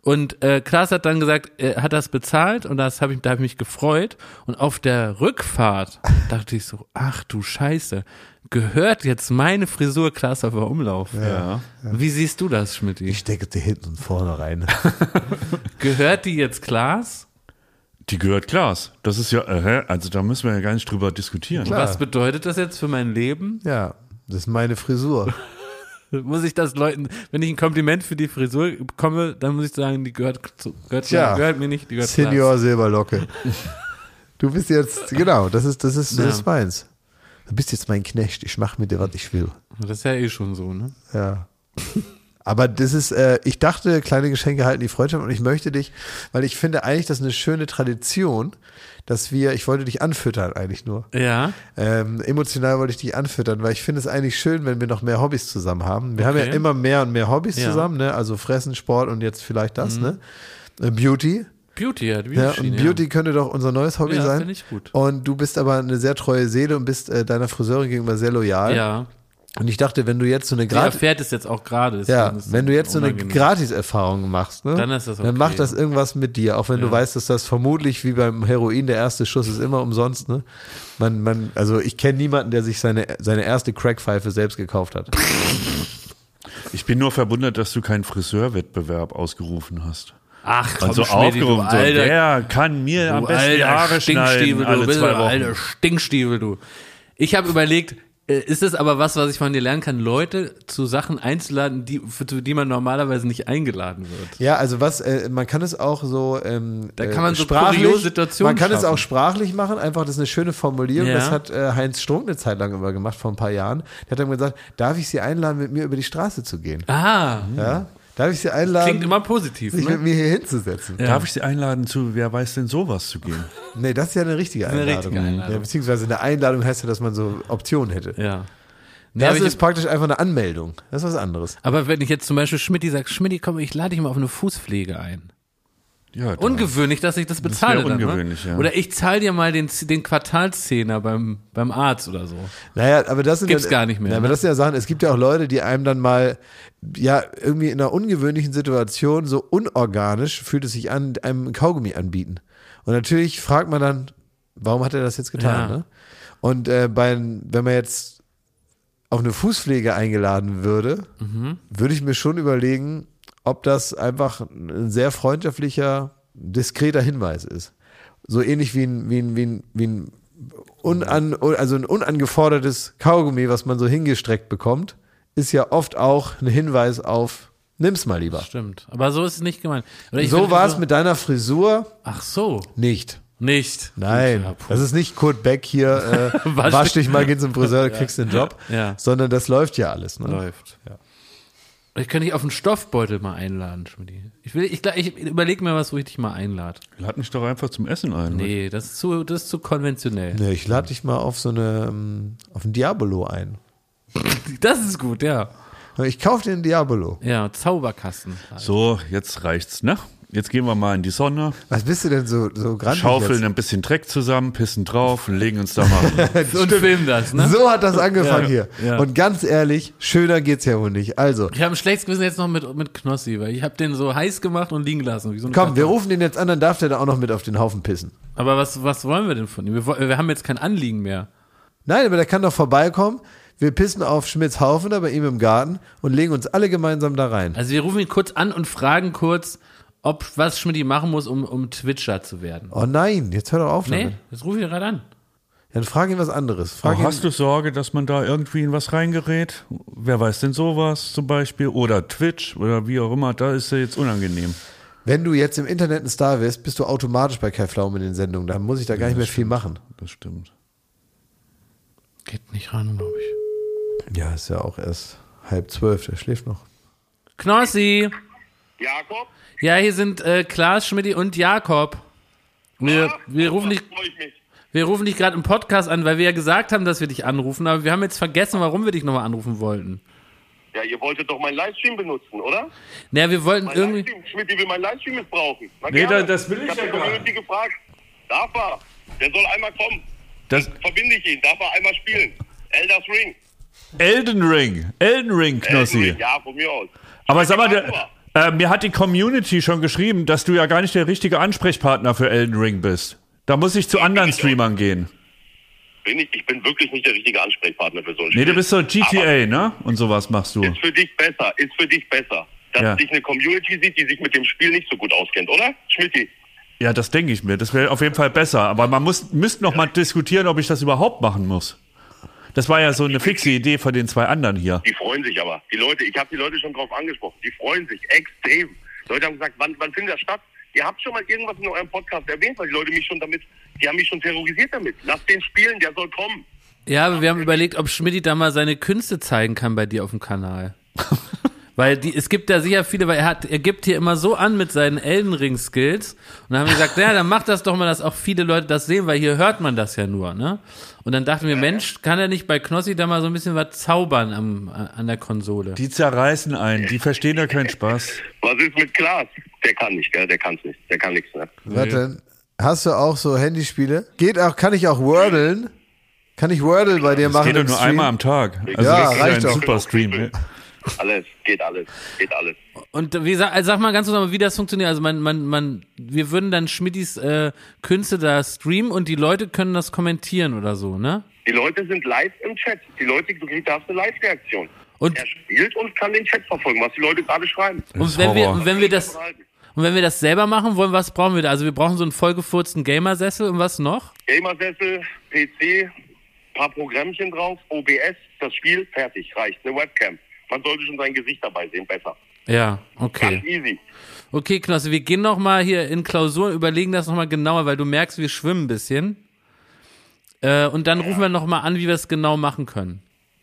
B: Und äh, Klaas hat dann gesagt, er hat das bezahlt und das hab ich, da habe ich mich gefreut. Und auf der Rückfahrt dachte ich so, ach du Scheiße, gehört jetzt meine Frisur Klaas auf der Umlauf?
C: Ja.
B: Wie siehst du das, Schmidti?
A: Ich stecke dir hinten und vorne rein.
B: Gehört die jetzt Klaas?
C: Die gehört Klaas. Das ist ja, äh, hä? also da müssen wir ja gar nicht drüber diskutieren.
A: Klar.
B: Was bedeutet das jetzt für mein Leben?
A: ja, das ist meine Frisur.
B: Muss ich das Leuten, wenn ich ein Kompliment für die Frisur bekomme, dann muss ich sagen, die gehört, zu- gehört,
A: Tja.
B: gehört mir nicht, die gehört
A: Senior Silberlocke. Du bist jetzt, genau, das ist, das ist, das
B: Ja.
A: ist meins. Du bist jetzt mein Knecht, ich mache mit dir, was ich will.
B: Klaas. Das ist ja eh schon so, ne?
A: Ja. Aber das ist, äh, ich dachte, kleine Geschenke halten die Freundschaft und ich möchte dich, weil ich finde eigentlich, das ist eine schöne Tradition, dass wir, ich wollte dich anfüttern eigentlich nur.
B: Ja.
A: Ähm, emotional wollte ich dich anfüttern, weil ich finde es eigentlich schön, wenn wir noch mehr Hobbys zusammen haben. Wir haben ja
B: Okay.
A: immer mehr und mehr Hobbys
B: Ja. Mhm.
A: zusammen, ne? Also Fressen, Sport und jetzt vielleicht das, ne? Äh, Beauty.
B: Beauty, ja, die
A: Ja,
B: Beauty-Schiene,
A: und Beauty könnte doch unser neues Hobby
B: Ja,
A: sein.
B: finde ich gut.
A: Und du bist aber eine sehr treue Seele und bist äh, deiner Friseurin gegenüber sehr loyal.
B: Ja. ja.
A: Und ich dachte, wenn du jetzt so eine
B: Sie
A: Gratis,
B: erfährt es jetzt auch gerade. deswegen
A: ja,
B: ist es
A: wenn du jetzt so eine
B: unangenehm.
A: Gratis-Erfahrung machst, ne,
B: Dann ist das
A: dann
B: okay,
A: macht das
B: ja.
A: irgendwas mit dir, auch wenn du
B: Ja.
A: weißt, dass das vermutlich wie beim Heroin der erste Schuss ist immer umsonst. Ne? Man, man, also ich kenne niemanden, der sich seine seine erste Crackpfeife selbst gekauft hat.
C: Ich bin nur verwundert, dass du keinen Friseurwettbewerb ausgerufen hast.
B: Ach, komm,
C: Und so
B: Schmidti,
C: aufgerufen, Also so,
B: du alter,
C: wer kann mir am
B: du
C: besten die
B: alter
C: Haare schneiden
B: Stinkstiefel, du
C: alle
B: bist
C: zwei
B: aber
C: Wochen?
B: alter Stinkstiefel, du. Ich habe überlegt, äh, ist es aber was, was ich von dir lernen kann, Leute zu Sachen einzuladen, die, für zu die man normalerweise nicht eingeladen wird.
A: Ja, also was, äh, man kann es auch so. Ähm, da
B: kann man so kuriose Situationen
A: Man kann es
B: schaffen.
A: auch sprachlich machen, einfach, das ist eine schöne Formulierung.
B: Ja.
A: Das hat äh, Heinz Strunk eine Zeit lang immer gemacht, vor ein paar Jahren. Der hat dann gesagt: Darf ich Sie einladen, mit mir über die Straße zu gehen?
B: Ah,
A: Ja? Darf ich Sie einladen,
B: klingt immer positiv.
A: sich mit
B: Ne?
A: mir hier hinzusetzen?
C: Darf ich Sie einladen zu, wer weiß denn sowas zu gehen?
A: Nee, das ist ja eine richtige Einladung.
B: richtige Einladung.
A: Ja, beziehungsweise eine Einladung heißt ja, dass man so Optionen hätte.
B: Ja. Nee,
A: Das
B: aber, ich,
A: ist praktisch einfach eine Anmeldung. Das ist was anderes.
B: aber wenn ich jetzt zum Beispiel Schmidti sage, Schmidti, komm, ich lade dich mal auf eine Fußpflege ein.
C: Ja, da-
B: Ungewöhnlich, dass ich das
C: wäre
B: bezahle.
C: ungewöhnlich,
B: dann, ne?
C: ja.
B: Oder ich zahle dir mal den, den Quartalszehner beim, beim Arzt oder so.
A: Naja, aber das sind
B: Gibt's
A: ja,
B: gar nicht mehr,
A: Na, aber
B: ne?
A: das sind ja Sachen, es gibt ja auch Leute, die einem dann mal ja irgendwie in einer ungewöhnlichen Situation so unorganisch fühlt es sich an, einem ein Kaugummi anbieten. Und natürlich fragt man dann, warum hat er das jetzt getan?
B: Ja.
A: Ne? Und äh, bei, wenn man jetzt auf eine Fußpflege eingeladen würde, würde ich mir schon überlegen, ob das einfach ein sehr freundschaftlicher, diskreter Hinweis ist. So ähnlich wie ein, wie ein, wie ein, wie ein unan, also ein unangefordertes Kaugummi, was man so hingestreckt bekommt, ist ja oft auch ein Hinweis auf, nimm's mal lieber.
B: Stimmt. Aber so ist es nicht gemeint. Oder ich
A: So
B: finde
A: war
B: so-
A: es mit deiner Frisur
B: Ach so.
A: nicht.
B: Nicht.
A: Nein,
B: Ja, puh.
A: das ist nicht Kurt Beck hier, äh,
B: Wasch
A: wasch, dich mal, geh zum Friseur, kriegst den Job,
B: Ja.
A: sondern das läuft ja alles. Ne?
B: läuft. Ich könnte dich auf einen Stoffbeutel mal einladen, Schmidti. Ich, will- ich, gla- ich überlege mir was, wo ich dich mal einlade.
C: Lad mich doch einfach zum Essen ein.
B: Nee, das ist zu, das ist zu konventionell.
A: Ne, ich
C: Hm.
A: lade dich mal auf so eine, ähm, auf einen Diabolo ein.
B: Das ist gut, ja.
A: Ich kaufe dir einen Diabolo.
B: Ja, Zauberkasten.
C: So, jetzt reicht's, ne? Jetzt gehen wir mal in die Sonne,
A: Was bist du denn so, so grantig
C: schaufeln ein bisschen Dreck zusammen, pissen drauf und legen uns da mal.
A: jetzt?
B: Und film das, ne?
A: So hat das angefangen
B: Ja,
A: hier.
B: ja.
A: Und ganz ehrlich, schöner geht's ja wohl nicht. Also,
B: Ich habe ein schlechtes Gewissen jetzt noch mit, mit Knossi, weil ich habe den so heiß gemacht und liegen lassen. Wie so eine
A: komm, wir
B: Kartoffel.
A: rufen den jetzt an, dann darf der da auch noch mit auf den Haufen pissen.
B: Aber was, was wollen wir denn von ihm? Wir, wo- wir haben jetzt kein Anliegen mehr.
A: Nein, aber der kann doch vorbeikommen. Wir pissen auf Schmidts Haufen da bei ihm im Garten und legen uns alle gemeinsam da rein.
B: Also wir rufen ihn kurz an und fragen kurz, ob was Schmidti machen muss, um, um Twitcher zu werden.
A: Oh nein, jetzt hör doch auf damit.
B: Nee, jetzt rufe ich ihn gerade an.
A: Dann frag ihn was anderes. Frag
C: Oh,
A: ihn,
C: hast du Sorge, dass man da irgendwie in was reingerät? Wer weiß denn sowas zum Beispiel? Oder Twitch oder wie auch immer, da ist ja jetzt unangenehm.
A: wenn du jetzt im Internet ein Star bist, bist du automatisch bei Kai Pflaume in den Sendungen. Da muss ich da gar nicht mehr viel machen.
C: Das stimmt.
B: Geht nicht ran, glaube ich.
A: Ja, ist ja auch erst halb zwölf, der schläft noch.
B: Knossi!
I: Jakob?
B: Ja, hier sind äh, Klaas, Schmidti und Jakob. Wir, wir rufen dich,
I: Freue ich mich.
B: wir rufen dich gerade im Podcast an, weil wir ja gesagt haben, dass wir dich anrufen, aber wir haben jetzt vergessen, warum wir dich nochmal anrufen wollten.
I: Ja, ihr wolltet doch meinen Livestream benutzen, oder?
B: Naja, wir wollten
I: Mein
B: irgendwie.
I: Livestream. Schmidt, die will meinen Livestream missbrauchen. Na,
C: Nee,
I: gerne.
C: da- das will ich
I: hab
C: ja
I: die
C: gar
I: Community gefragt. Darf er? Der soll einmal kommen.
C: Das
I: Verbinde ich ihn. Darf er einmal spielen? Elders Ring.
C: Elden Ring, Elden Ring,
I: Elden
C: Knossi.
I: Ring. Ja, von mir aus.
C: Aber sag mal, der,
I: Jakob.
C: äh, mir hat die Community schon geschrieben, dass du ja gar nicht der richtige Ansprechpartner für Elden Ring bist. Da muss ich zu anderen Streamern gehen.
I: Bin ich, ich bin wirklich nicht der richtige Ansprechpartner für so ein Spiel.
C: Nee, du bist so
I: Aber
C: GTA, ne? Und sowas machst du.
I: ist für dich besser. Ist für dich besser. Dass
C: Ja.
I: dich eine Community sieht, die sich mit dem Spiel nicht so gut auskennt, oder? Schmidti?
C: Ja, das denke ich mir. Das wäre auf jeden Fall besser. Aber man muss, müsste noch mal diskutieren, ob ich das überhaupt machen muss. Das war ja so eine fixe Idee von den zwei anderen hier.
I: Die freuen sich aber. Die Leute, ich habe die Leute schon drauf angesprochen. Die freuen sich extrem. Leute haben gesagt, wann, wann findet das statt? Ihr habt schon mal irgendwas in eurem Podcast erwähnt, weil die Leute mich schon damit, die haben mich schon terrorisiert damit. Lasst den spielen, der soll kommen.
B: Ja, aber wir haben überlegt, ob Schmidti da mal seine Künste zeigen kann bei dir auf dem Kanal. weil die, es gibt da sicher viele, weil er hat, er gibt hier immer so an mit seinen Elden Ring Skills. Und dann haben wir gesagt, naja, dann macht das doch mal, dass auch viele Leute das sehen, weil hier hört man das ja nur, ne? Und dann dachten wir, Mensch, kann er nicht bei Knossi da mal so ein bisschen was zaubern am, an der Konsole?
C: Die zerreißen einen. Die verstehen ja keinen Spaß.
I: Was ist mit Klaas? Der kann nicht, gell? Der kann's nicht. Der kann nichts, ne?
A: Warte, hast du auch so Handyspiele? Geht auch, kann ich auch wordeln? Kann ich Wordle bei dir machen?
C: Geht doch
A: im
C: nur
A: Stream?
C: einmal am Tag. Also
A: Ja,
C: das ist
A: reicht
C: ein
A: doch.
C: super Stream. ja.
I: Alles, geht alles, geht alles.
B: Und wie sag, also sag mal ganz kurz, wie das funktioniert. Also man, man, man, wir würden dann Schmidtis äh, Künste da streamen und die Leute können das kommentieren oder so, ne?
I: Die Leute sind live im Chat. Die Leute, du kriegst- da hast eine Live-Reaktion.
B: Und,
I: Er spielt und kann den Chat verfolgen, was die Leute gerade schreiben.
B: und wenn wir,
C: Horror.
B: und wenn wir das,
I: Verhalten.
B: Und wenn wir das selber machen wollen, was brauchen wir da? Also wir brauchen so einen vollgefurzten Gamersessel und was noch?
I: Gamersessel, PC, paar Programmchen drauf, OBS, das Spiel, fertig, reicht. Eine Webcam. Man sollte schon sein Gesicht dabei sehen, besser.
B: Ja,
I: Ganz
B: okay.
I: easy.
B: Okay, Knosse, wir gehen nochmal hier in Klausuren, überlegen das nochmal genauer, weil du merkst, wir schwimmen ein bisschen. Äh, und dann rufen wir nochmal an, wie wir es genau machen können.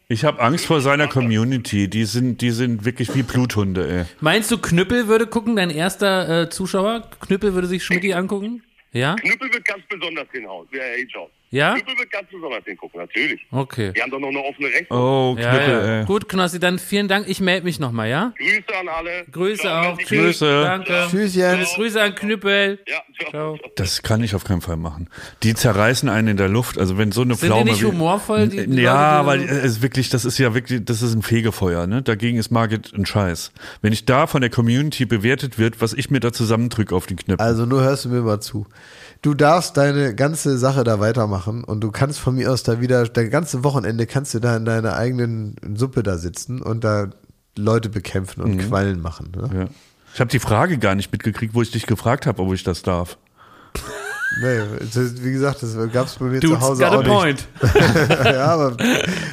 C: Ich habe Angst vor seiner Community. Die sind, die sind wirklich wie Bluthunde, ey.
B: Meinst du, Knüppel würde gucken, dein erster äh, Zuschauer? Knüppel würde sich Schmidti angucken? Ja?
I: Knüppel wird ganz besonders hinhauen. Äh, hinschauen.
B: Ja?
I: Knüppel wird ganz besonders hingucken, natürlich.
B: Okay.
I: Die haben doch noch eine offene Rechnung.
C: Oh,
B: Ja,
C: Knüppel,
B: ja.
C: ey.
B: Gut, Knossi, dann vielen Dank. Ich melde mich nochmal, ja?
I: Grüße an alle.
B: Grüße
I: Ciao,
B: auch.
I: Messi.
B: Tschüss.
C: Grüße.
B: Danke.
A: Tschüss, Jens.
B: Grüße an Knüppel.
I: Ja, ciao.
B: Ciao.
C: Das kann ich auf keinen Fall machen. Die zerreißen einen in der Luft. Also wenn so eine
B: Sind die
C: Pflaume.
B: nicht
C: wie-
B: humorvoll, die- die
C: ja,
B: Leute,
C: weil
B: die-
C: äh, es wirklich, das ist ja wirklich, das ist ein Fegefeuer. Ne? Dagegen ist Margit ein Scheiß. Wenn ich da von der Community bewertet wird, was ich mir da zusammendrücke auf den Knöpfen.
A: Also nur hörst du mir mal zu. Du darfst deine ganze Sache da weitermachen und du kannst von mir aus da wieder, dein ganze Wochenende kannst du da in deiner eigenen Suppe da sitzen und da Leute bekämpfen und Quallen machen. Ne?
C: Mhm. ja. Ich habe die Frage gar nicht mitgekriegt, wo ich dich gefragt habe, ob ich das darf.
A: Nee, es ist- wie gesagt, das gab es bei mir zu
B: Dude's
A: Hause
B: got a
A: auch nicht.
B: point.
A: ja, aber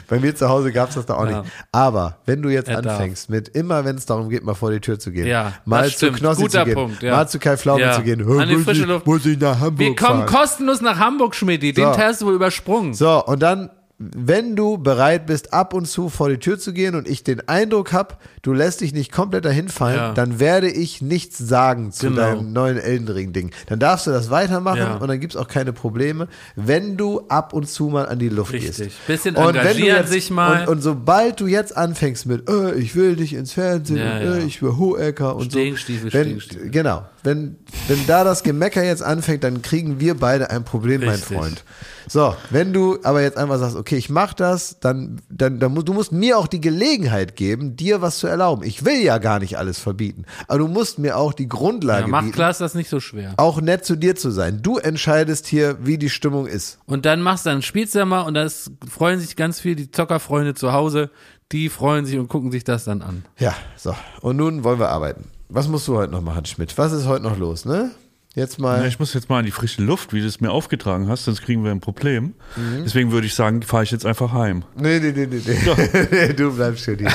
A: bei mir zu Hause gab es das da auch nicht. Aber wenn du jetzt
B: Er darf.
A: anfängst mit immer, wenn es darum geht, mal vor die Tür zu gehen,
B: Ja,
A: mal
B: das
A: zu
B: stimmt.
A: Knossi
B: Guter
A: zu gehen,
B: Punkt, ja.
A: mal zu Kai Pflaume
B: Ja.
A: zu gehen,
B: An die
A: muss
B: frische
A: ich,
B: Luft.
A: muss ich nach Hamburg
B: Wir kommen
A: fahren.
B: kostenlos nach Hamburg, Schmidti. Den
A: So.
B: Test hast du wohl übersprungen.
A: So, und dann, wenn du bereit bist, ab und zu vor die Tür zu gehen und ich den Eindruck habe, du lässt dich nicht komplett dahin fallen,
B: Ja.
A: dann werde ich nichts sagen zu
B: Genau.
A: deinem neuen Elden Ring-Ding. Dann darfst du das weitermachen
B: Ja.
A: und dann gibt's auch keine Probleme, wenn du ab und zu mal an die Luft
B: Richtig.
A: gehst.
B: Bisschen
A: und wenn du
B: engagieren
A: jetzt,
B: sich mal.
A: Und, und sobald du jetzt anfängst mit, äh, ich will nicht ins Fernsehen,
B: Ja,
A: und, äh,
B: ja.
A: ich will Hohecker und
B: Stegenstiefel,
A: so. Wenn,
B: Stegenstiefel.
A: Genau. Wenn, wenn da das Gemecker jetzt anfängt, dann kriegen wir beide ein Problem,
B: Richtig.
A: mein Freund. So, wenn du aber jetzt einfach sagst, okay, ich mach das, dann, dann, dann musst du musst mir auch die Gelegenheit geben, dir was zu erlauben. Ich will ja gar nicht alles verbieten, aber du musst mir auch die Grundlage
B: Ja, macht
A: bieten,
B: klar, ist das nicht so schwer.
A: auch nett zu dir zu sein. Du entscheidest hier, wie die Stimmung ist.
B: Und dann machst du dann spielst du ja mal und das freuen sich ganz viel die Zockerfreunde zu Hause. Die freuen sich und gucken sich das dann an.
A: Ja, so. Und nun wollen wir arbeiten. Was musst du heute noch machen, Schmidt? Was ist heute noch los, ne? Jetzt
C: Na,
A: mal.
C: ich muss jetzt mal in die frische Luft, wie du es mir aufgetragen hast, sonst kriegen wir ein Problem.
B: Mhm.
C: Deswegen würde ich sagen, fahre ich jetzt einfach heim.
A: Nee, nee, nee, nee, nee. nee du bleibst schön hier.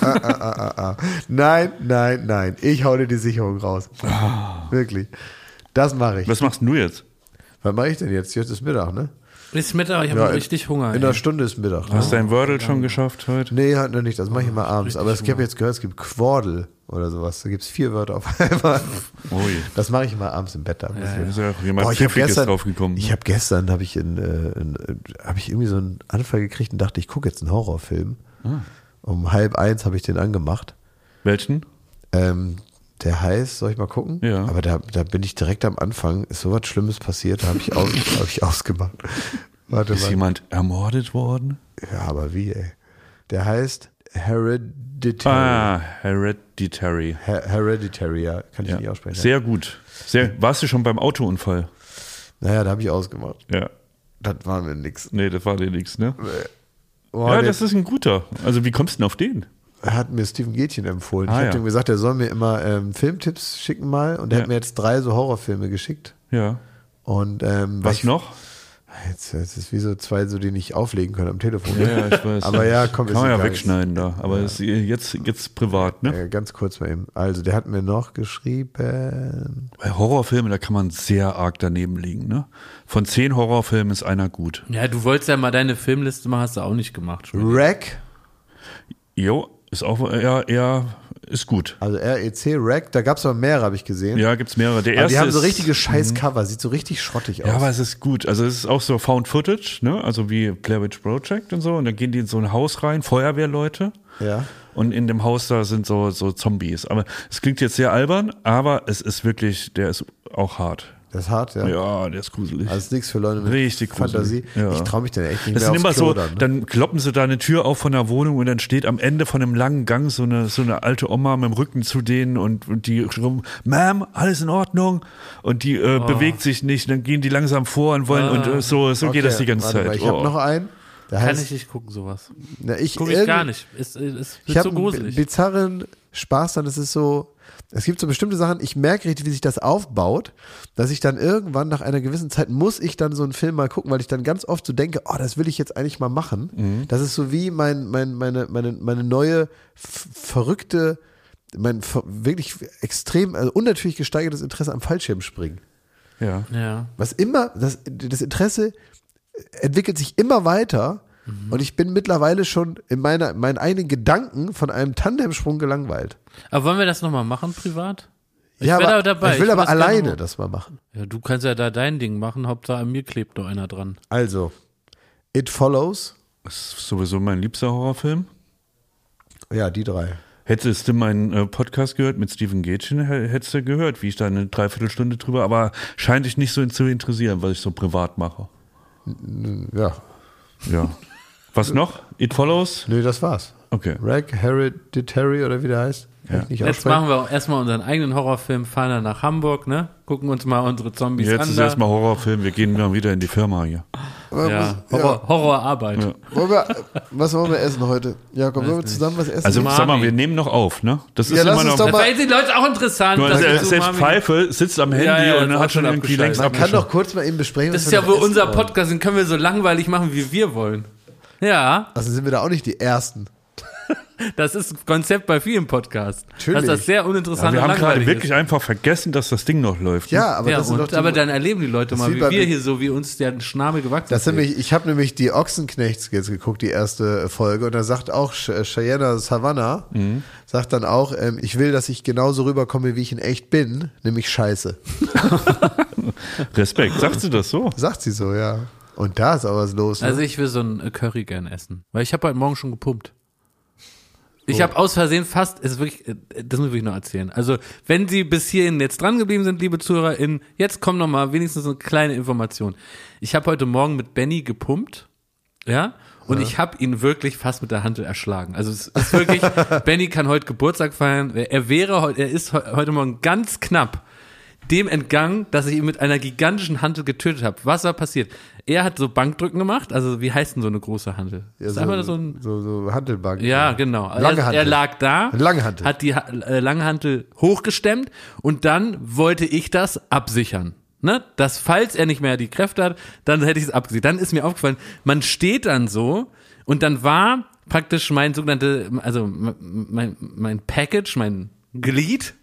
A: ah, ah, ah, ah, ah. Nein, nein, nein. Ich hau dir die Sicherung raus.
B: Ah.
A: Wirklich. Das mache ich.
C: Was machst denn du jetzt?
A: Was mache ich denn jetzt? Jetzt ist Mittag, ne?
B: Ist Mittag, ich habe
A: Ja, in-
B: richtig
C: Ah,
B: Hunger.
A: In einer
B: ey.
A: Stunde ist Mittag. Ne?
C: Hast du dein Wordle schon geschafft heute?
A: Nee, halt noch nicht. Das mache ich immer abends. Aber es- ich habe jetzt gehört, es gibt Quordel oder sowas. Da gibt es vier Wörter auf einmal.
C: Ui.
A: Das mache ich mal abends im Bett. Da ja,
C: Da ist Oh ja auch jemand
A: ich habe
C: Pfiffiges
A: gestern,
C: draufgekommen. ne?
A: ich habe gestern, habe ich, in, äh, in, äh, hab ich irgendwie so einen Anfall gekriegt und dachte, ich gucke jetzt einen Horrorfilm.
C: Ah.
A: Um halb eins habe ich den angemacht.
C: Welchen?
A: Ähm, der heißt, soll ich mal gucken?
C: Ja.
A: Aber da, da bin ich direkt am Anfang. Ist sowas Schlimmes passiert? Da habe ich, aus, hab ich ausgemacht. Warte
C: Ist
A: mal.
C: jemand ermordet worden?
A: Ja, aber wie, ey? Der heißt Hereditary.
C: Ah, Hereditary.
A: Her Hereditary, ja. Kann ich nicht aussprechen.
C: Sehr gut. Sehr, warst du schon beim Autounfall?
A: Naja, da habe ich ausgemacht.
C: Ja.
A: Das war mir nix.
C: Nee, das war dir nichts, ne?
A: Oh,
C: Ja,
A: der
C: das ist ein guter. Also, wie kommst du denn auf den?
A: hat mir Steven Gätchen empfohlen.
C: Ah,
A: ich habe
C: ja.
A: ihm gesagt, er soll mir immer ähm, Filmtipps schicken mal. Und er
C: Ja.
A: hat mir jetzt drei so Horrorfilme geschickt.
C: Ja.
A: Und, ähm, weil
C: Was
A: ich,
C: noch?
A: Jetzt, jetzt ist wie so zwei, so die nicht auflegen können am Telefon. ne?
C: ich weiß.
A: Aber ja, komm,
C: Kann man ja
A: egal.
C: wegschneiden da. Aber ist eh jetzt, jetzt privat, ne?
A: Äh, ganz kurz mal eben. Also, der hat mir noch geschrieben.
C: Bei Horrorfilmen, da kann man sehr arg daneben liegen, ne? Von zehn Horrorfilmen ist einer gut.
B: ja, du wolltest ja mal deine Filmliste machen, hast du auch nicht gemacht. Schmidt.
A: Rack,
C: Jo, ist auch eher, eher ist gut.
A: also REC, Rack. Da gab es aber mehrere, habe ich gesehen.
C: Ja, gibt's mehrere. Der
A: aber
C: erste
A: die haben so
C: ist-
A: richtige Scheiß-Cover. Sieht so richtig schrottig aus.
C: Mhm. Ja, aber es ist gut. Also es ist auch so Found Footage, ne? Also wie Blair Witch Project und so. Und dann gehen die in so ein Haus rein, Feuerwehrleute.
A: Ja.
C: Und in dem Haus da sind so, so Zombies. Aber es klingt jetzt sehr albern, aber es ist wirklich, der ist auch hart.
A: Das ist hart, ja.
C: Ja, der ist gruselig.
A: Also, ist nichts für Leute mit
C: Richtig gruselig.
A: Fantasie.
C: Ja.
A: Ich traue mich dann echt nicht
C: das
A: mehr
C: sind
A: aufs
C: immer so,
A: Klo dann, ne?
C: dann kloppen sie da eine Tür auf von der Wohnung und dann steht am Ende von einem langen Gang so eine, so eine alte Oma mit dem Rücken zu denen und, und die rum, Ma'am, alles in Ordnung. Und die äh, bewegt sich nicht, dann gehen die langsam vor und wollen und äh, so, so geht das die ganze
A: Ah.
C: Zeit.
A: warte Mal, ich hab
C: Oh.
A: habe noch einen. Der
B: Kann
A: heißt,
B: ich nicht gucken, sowas.
A: na, ich,
B: Guck ich gar
A: irgend-
B: nicht. Ist, ist, ist
A: Ich habe
B: so
A: einen bi-
B: gruselig.
A: bizarren Spaß dann. Das ist so, Es gibt so bestimmte Sachen, ich merke richtig, wie sich das aufbaut, dass ich dann irgendwann nach einer gewissen Zeit muss ich dann so einen Film mal gucken, weil ich dann ganz oft so denke, oh, das will ich jetzt eigentlich mal machen.
B: Mhm.
A: Das ist so wie mein, mein, meine, meine, meine neue f- verrückte, mein ver wirklich extrem, also unnatürlich gesteigertes Interesse am Fallschirmspringen.
C: Ja.
B: Ja.
A: Was immer, das, das Interesse entwickelt sich immer weiter
B: Mhm.
A: und ich bin mittlerweile schon in meiner, meinen eigenen Gedanken von einem Tandemsprung gelangweilt.
B: Aber wollen wir das nochmal machen, privat? Ich
A: ja,
B: wär
A: aber,
B: da dabei.
A: ich will
B: Ich
A: aber
B: weiß gar nicht,
A: alleine
B: wo-
A: das mal machen.
B: Ja, du kannst ja da dein Ding machen, Hauptsache an mir klebt noch einer dran.
A: Also, It Follows,
C: Das ist sowieso mein liebster Horrorfilm.
A: ja, die drei.
C: Hättest du meinen äh, Podcast gehört mit Stephen Gätchen, hä- hättest du gehört, wie ich da eine Dreiviertelstunde drüber, aber scheint dich nicht so zu interessieren, was ich so privat mache.
A: Ja,
C: Ja. Was noch? It Follows?
A: nö, das war's.
C: Okay.
A: Rag Hereditary oder wie der heißt. Kann ich nicht
B: Jetzt
A: aussprechen.
B: machen wir auch erstmal unseren eigenen Horrorfilm, fahren dann nach Hamburg, ne? Gucken uns mal unsere Zombies
C: Jetzt
B: an.
C: ist
B: da.
C: erstmal Horrorfilm, wir gehen mal wieder in die Firma hier.
B: ja. Horror, Horrorarbeit.
A: Wollen wir, was wollen wir essen heute? Jakob, wollen wir zusammen was essen?
C: Also
B: Umami.
C: sag mal, wir nehmen noch auf, ne? Das ist
A: Ja, lass
C: immer
A: uns
C: noch.
A: doch
B: Das
A: mal-
B: fällt den Leuten auch interessant.
C: nur
B: dass
C: also,
B: wir so
C: selbst
B: Umami-
C: Pfeife sitzt am Handy
B: ja,
C: und
B: das
C: hat
B: ist
C: schon
B: schon
C: irgendwie längst
B: abgeschaltet.
A: man kann
C: abgeschaltet.
A: doch kurz mal eben besprechen.
B: Das
A: was
B: ist ja
A: wir
B: wohl
A: essen
B: unser
A: wollen.
B: Podcast, den können wir so langweilig machen, wie wir wollen. Ja,
A: Also sind wir da auch nicht die Ersten.
B: das ist ein Konzept bei vielen Podcasts.
A: Natürlich.
B: Dass das sehr
C: Ja,
B: uninteressant
C: wir
B: und
C: haben gerade
B: langweilig
C: wirklich
B: ist.
C: einfach vergessen, dass das Ding noch läuft. ne?
A: Ja, aber
B: ja,
A: das sind doch
B: und,
A: die,
B: aber dann erleben die Leute mal,
A: ist wie
B: wie
A: bei-
B: wir hier so, wie uns der Schnabel gewachsen
A: Das sind
B: ist.
A: nämlich, ich habe nämlich die Ochsenknechts jetzt geguckt, die erste äh, Folge, und da sagt auch Sh- Cheyenne Savannah,
B: Mhm.
A: sagt dann auch, ähm, ich will, dass ich genauso rüberkomme, wie ich in echt bin, nämlich scheiße.
C: Respekt. Sagt sie das so?
A: Sagt sie so, ja. Und da ist aber was los. Ne?
B: Also ich will so ein Curry gern essen, weil ich habe heute Morgen schon gepumpt. Ich habe aus Versehen fast, es ist wirklich, äh, das muss ich wirklich noch erzählen. Also wenn Sie bis hierhin jetzt dran geblieben sind, liebe ZuhörerInnen, jetzt kommt noch mal wenigstens eine kleine Information. Ich habe heute Morgen mit Benny gepumpt, ja, und ich habe ihn wirklich fast mit der Handel erschlagen. Also es ist wirklich, Benny kann heute Geburtstag feiern. Er- Er wäre, heu- er ist heu- heute Morgen ganz knapp dem entgangen, dass ich ihn mit einer gigantischen Hantel getötet habe. Was war passiert? Er hat so Bankdrücken gemacht, also wie heißt denn so eine große Hantel?
A: ja,
B: ist einfach so ein
A: so, so Handelbank.
B: ja, genau. Also
A: Lange
B: er-
A: Hantel.
B: Er lag da,
A: Lange Hantel.
B: hat die Ha- äh, lange Hantel hochgestemmt und dann wollte ich das absichern. Ne? Dass, falls er nicht mehr die Kräfte hat, dann hätte ich es abgesichert. Dann ist mir aufgefallen, man steht dann so und dann war praktisch mein sogenannte, also m- mein, mein Package, mein Glied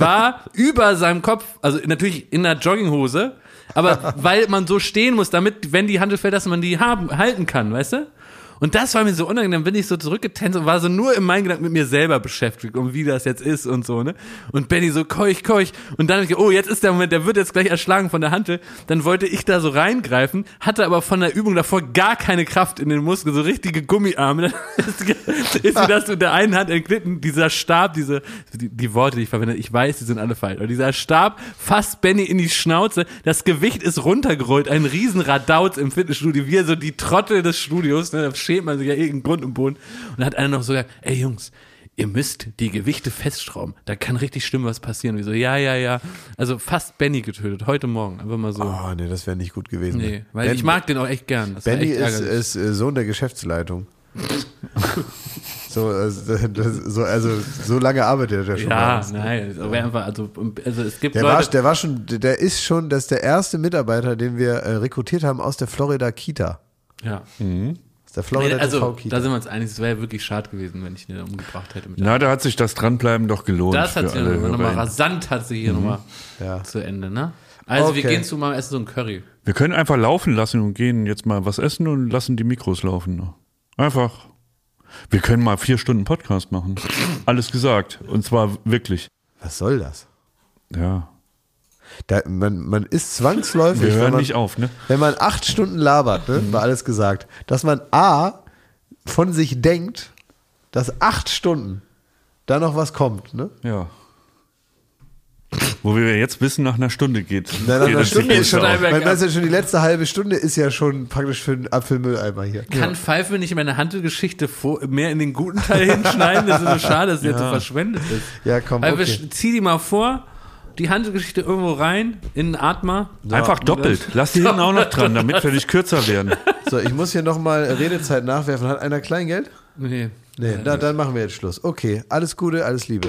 B: war über seinem Kopf, also natürlich in einer Jogginghose, aber weil man so stehen muss, damit, wenn die Hantel fällt, dass man die haben, halten kann, weißt du? Und das war mir so unangenehm, bin ich so zurückgetänzt und war so nur in meinen Gedanken mit mir selber beschäftigt, um wie das jetzt ist und so, ne? Und Benny so keuch, keuch. Und dann hab ich, gedacht, oh, jetzt ist der Moment, der wird jetzt gleich erschlagen von der Hantel. Dann wollte ich da so reingreifen, hatte aber von der Übung davor gar keine Kraft in den Muskeln, so richtige Gummiarme. Dann ist, ist mir das mit der einen Hand entglitten, dieser Stab, diese, die, die Worte, die ich verwende, ich weiß, die sind alle falsch. Aber dieser Stab fasst Benny in die Schnauze, das Gewicht ist runtergerollt, ein riesen Radauz im Fitnessstudio, wir so die Trottel des Studios, ne, da schämt man sich ja eh in Grund und Boden. Und dann hat einer noch so gesagt, ey Jungs, ihr müsst die Gewichte festschrauben, da kann richtig schlimm was passieren. Und wir so, ja, ja, ja. Also fast Benny getötet, heute Morgen, einfach mal so.
A: Oh, nee, das wäre nicht gut gewesen. ne?
B: nee, weil
A: Ben-
B: ich mag den auch echt gern. Das war
A: Benny
B: echt
A: ist,
B: ärgerlich.
A: ist äh, Sohn der Geschäftsleitung. so, also, das, so, also, so lange arbeitet er schon. bei
B: ja,
A: uns.
B: nein, aber einfach, also, also es gibt
A: Der
B: Leute,
A: war, der war schon, der ist schon, das ist der erste Mitarbeiter, den wir äh, rekrutiert haben aus der Florida Kita.
B: ja.
A: Aus der
B: Nee,
A: Florida
B: also, da
A: TV-Kita.
B: sind wir uns einig, es wäre ja wirklich schade gewesen, wenn ich ihn da umgebracht hätte. Mit der-
C: Na, da hat sich das Dranbleiben doch gelohnt.
B: das hat
C: für
B: sie
C: alle Mhm.
B: nochmal noch mal
C: Hörerinnen.
B: rasant, hat sie hier nochmal
A: Ja.
B: zu Ende, ne? Also, wir
A: Okay.
B: gehen zu mal essen so ein Curry.
C: Wir können einfach laufen lassen und gehen jetzt mal was essen und lassen die Mikros laufen. Einfach. Wir können mal vier Stunden Podcast machen. Alles gesagt. Und zwar wirklich.
A: Was soll das?
C: Ja.
A: Da, man, man ist zwangsläufig,
C: Wir
A: wenn,
C: hören
A: man,
C: nicht Mhm. auf, ne?
A: wenn man acht Stunden labert, ne, war alles gesagt, dass man A von sich denkt, dass acht Stunden da noch was kommt. Ne?
C: Ja. Wo wir jetzt wissen, nach einer Stunde geht.
A: Nein,
C: geht
A: eine
C: das
A: Stunde
C: Licht
A: ist schon,
C: aus.
A: weil das ist ja schon die letzte halbe Stunde ist ja schon praktisch für einen Apfelmülleimer hier.
B: Kann Pfeife nicht meine Handelgeschichte vor- mehr in den guten Teil hinschneiden? Das ist so schade, dass sie jetzt so verschwendet ist.
A: Ja, komm,
B: Weil wir
A: okay.
B: sch- zieh die mal vor, die Handelgeschichte irgendwo rein, in einen Atma.
C: Einfach doppelt. Lass die hinten auch noch dran, damit wir nicht kürzer werden.
A: So, ich muss hier nochmal Redezeit nachwerfen. Hat einer Kleingeld?
B: Nee.
A: Nee, na, dann machen wir jetzt Schluss. Okay, alles Gute, alles Liebe.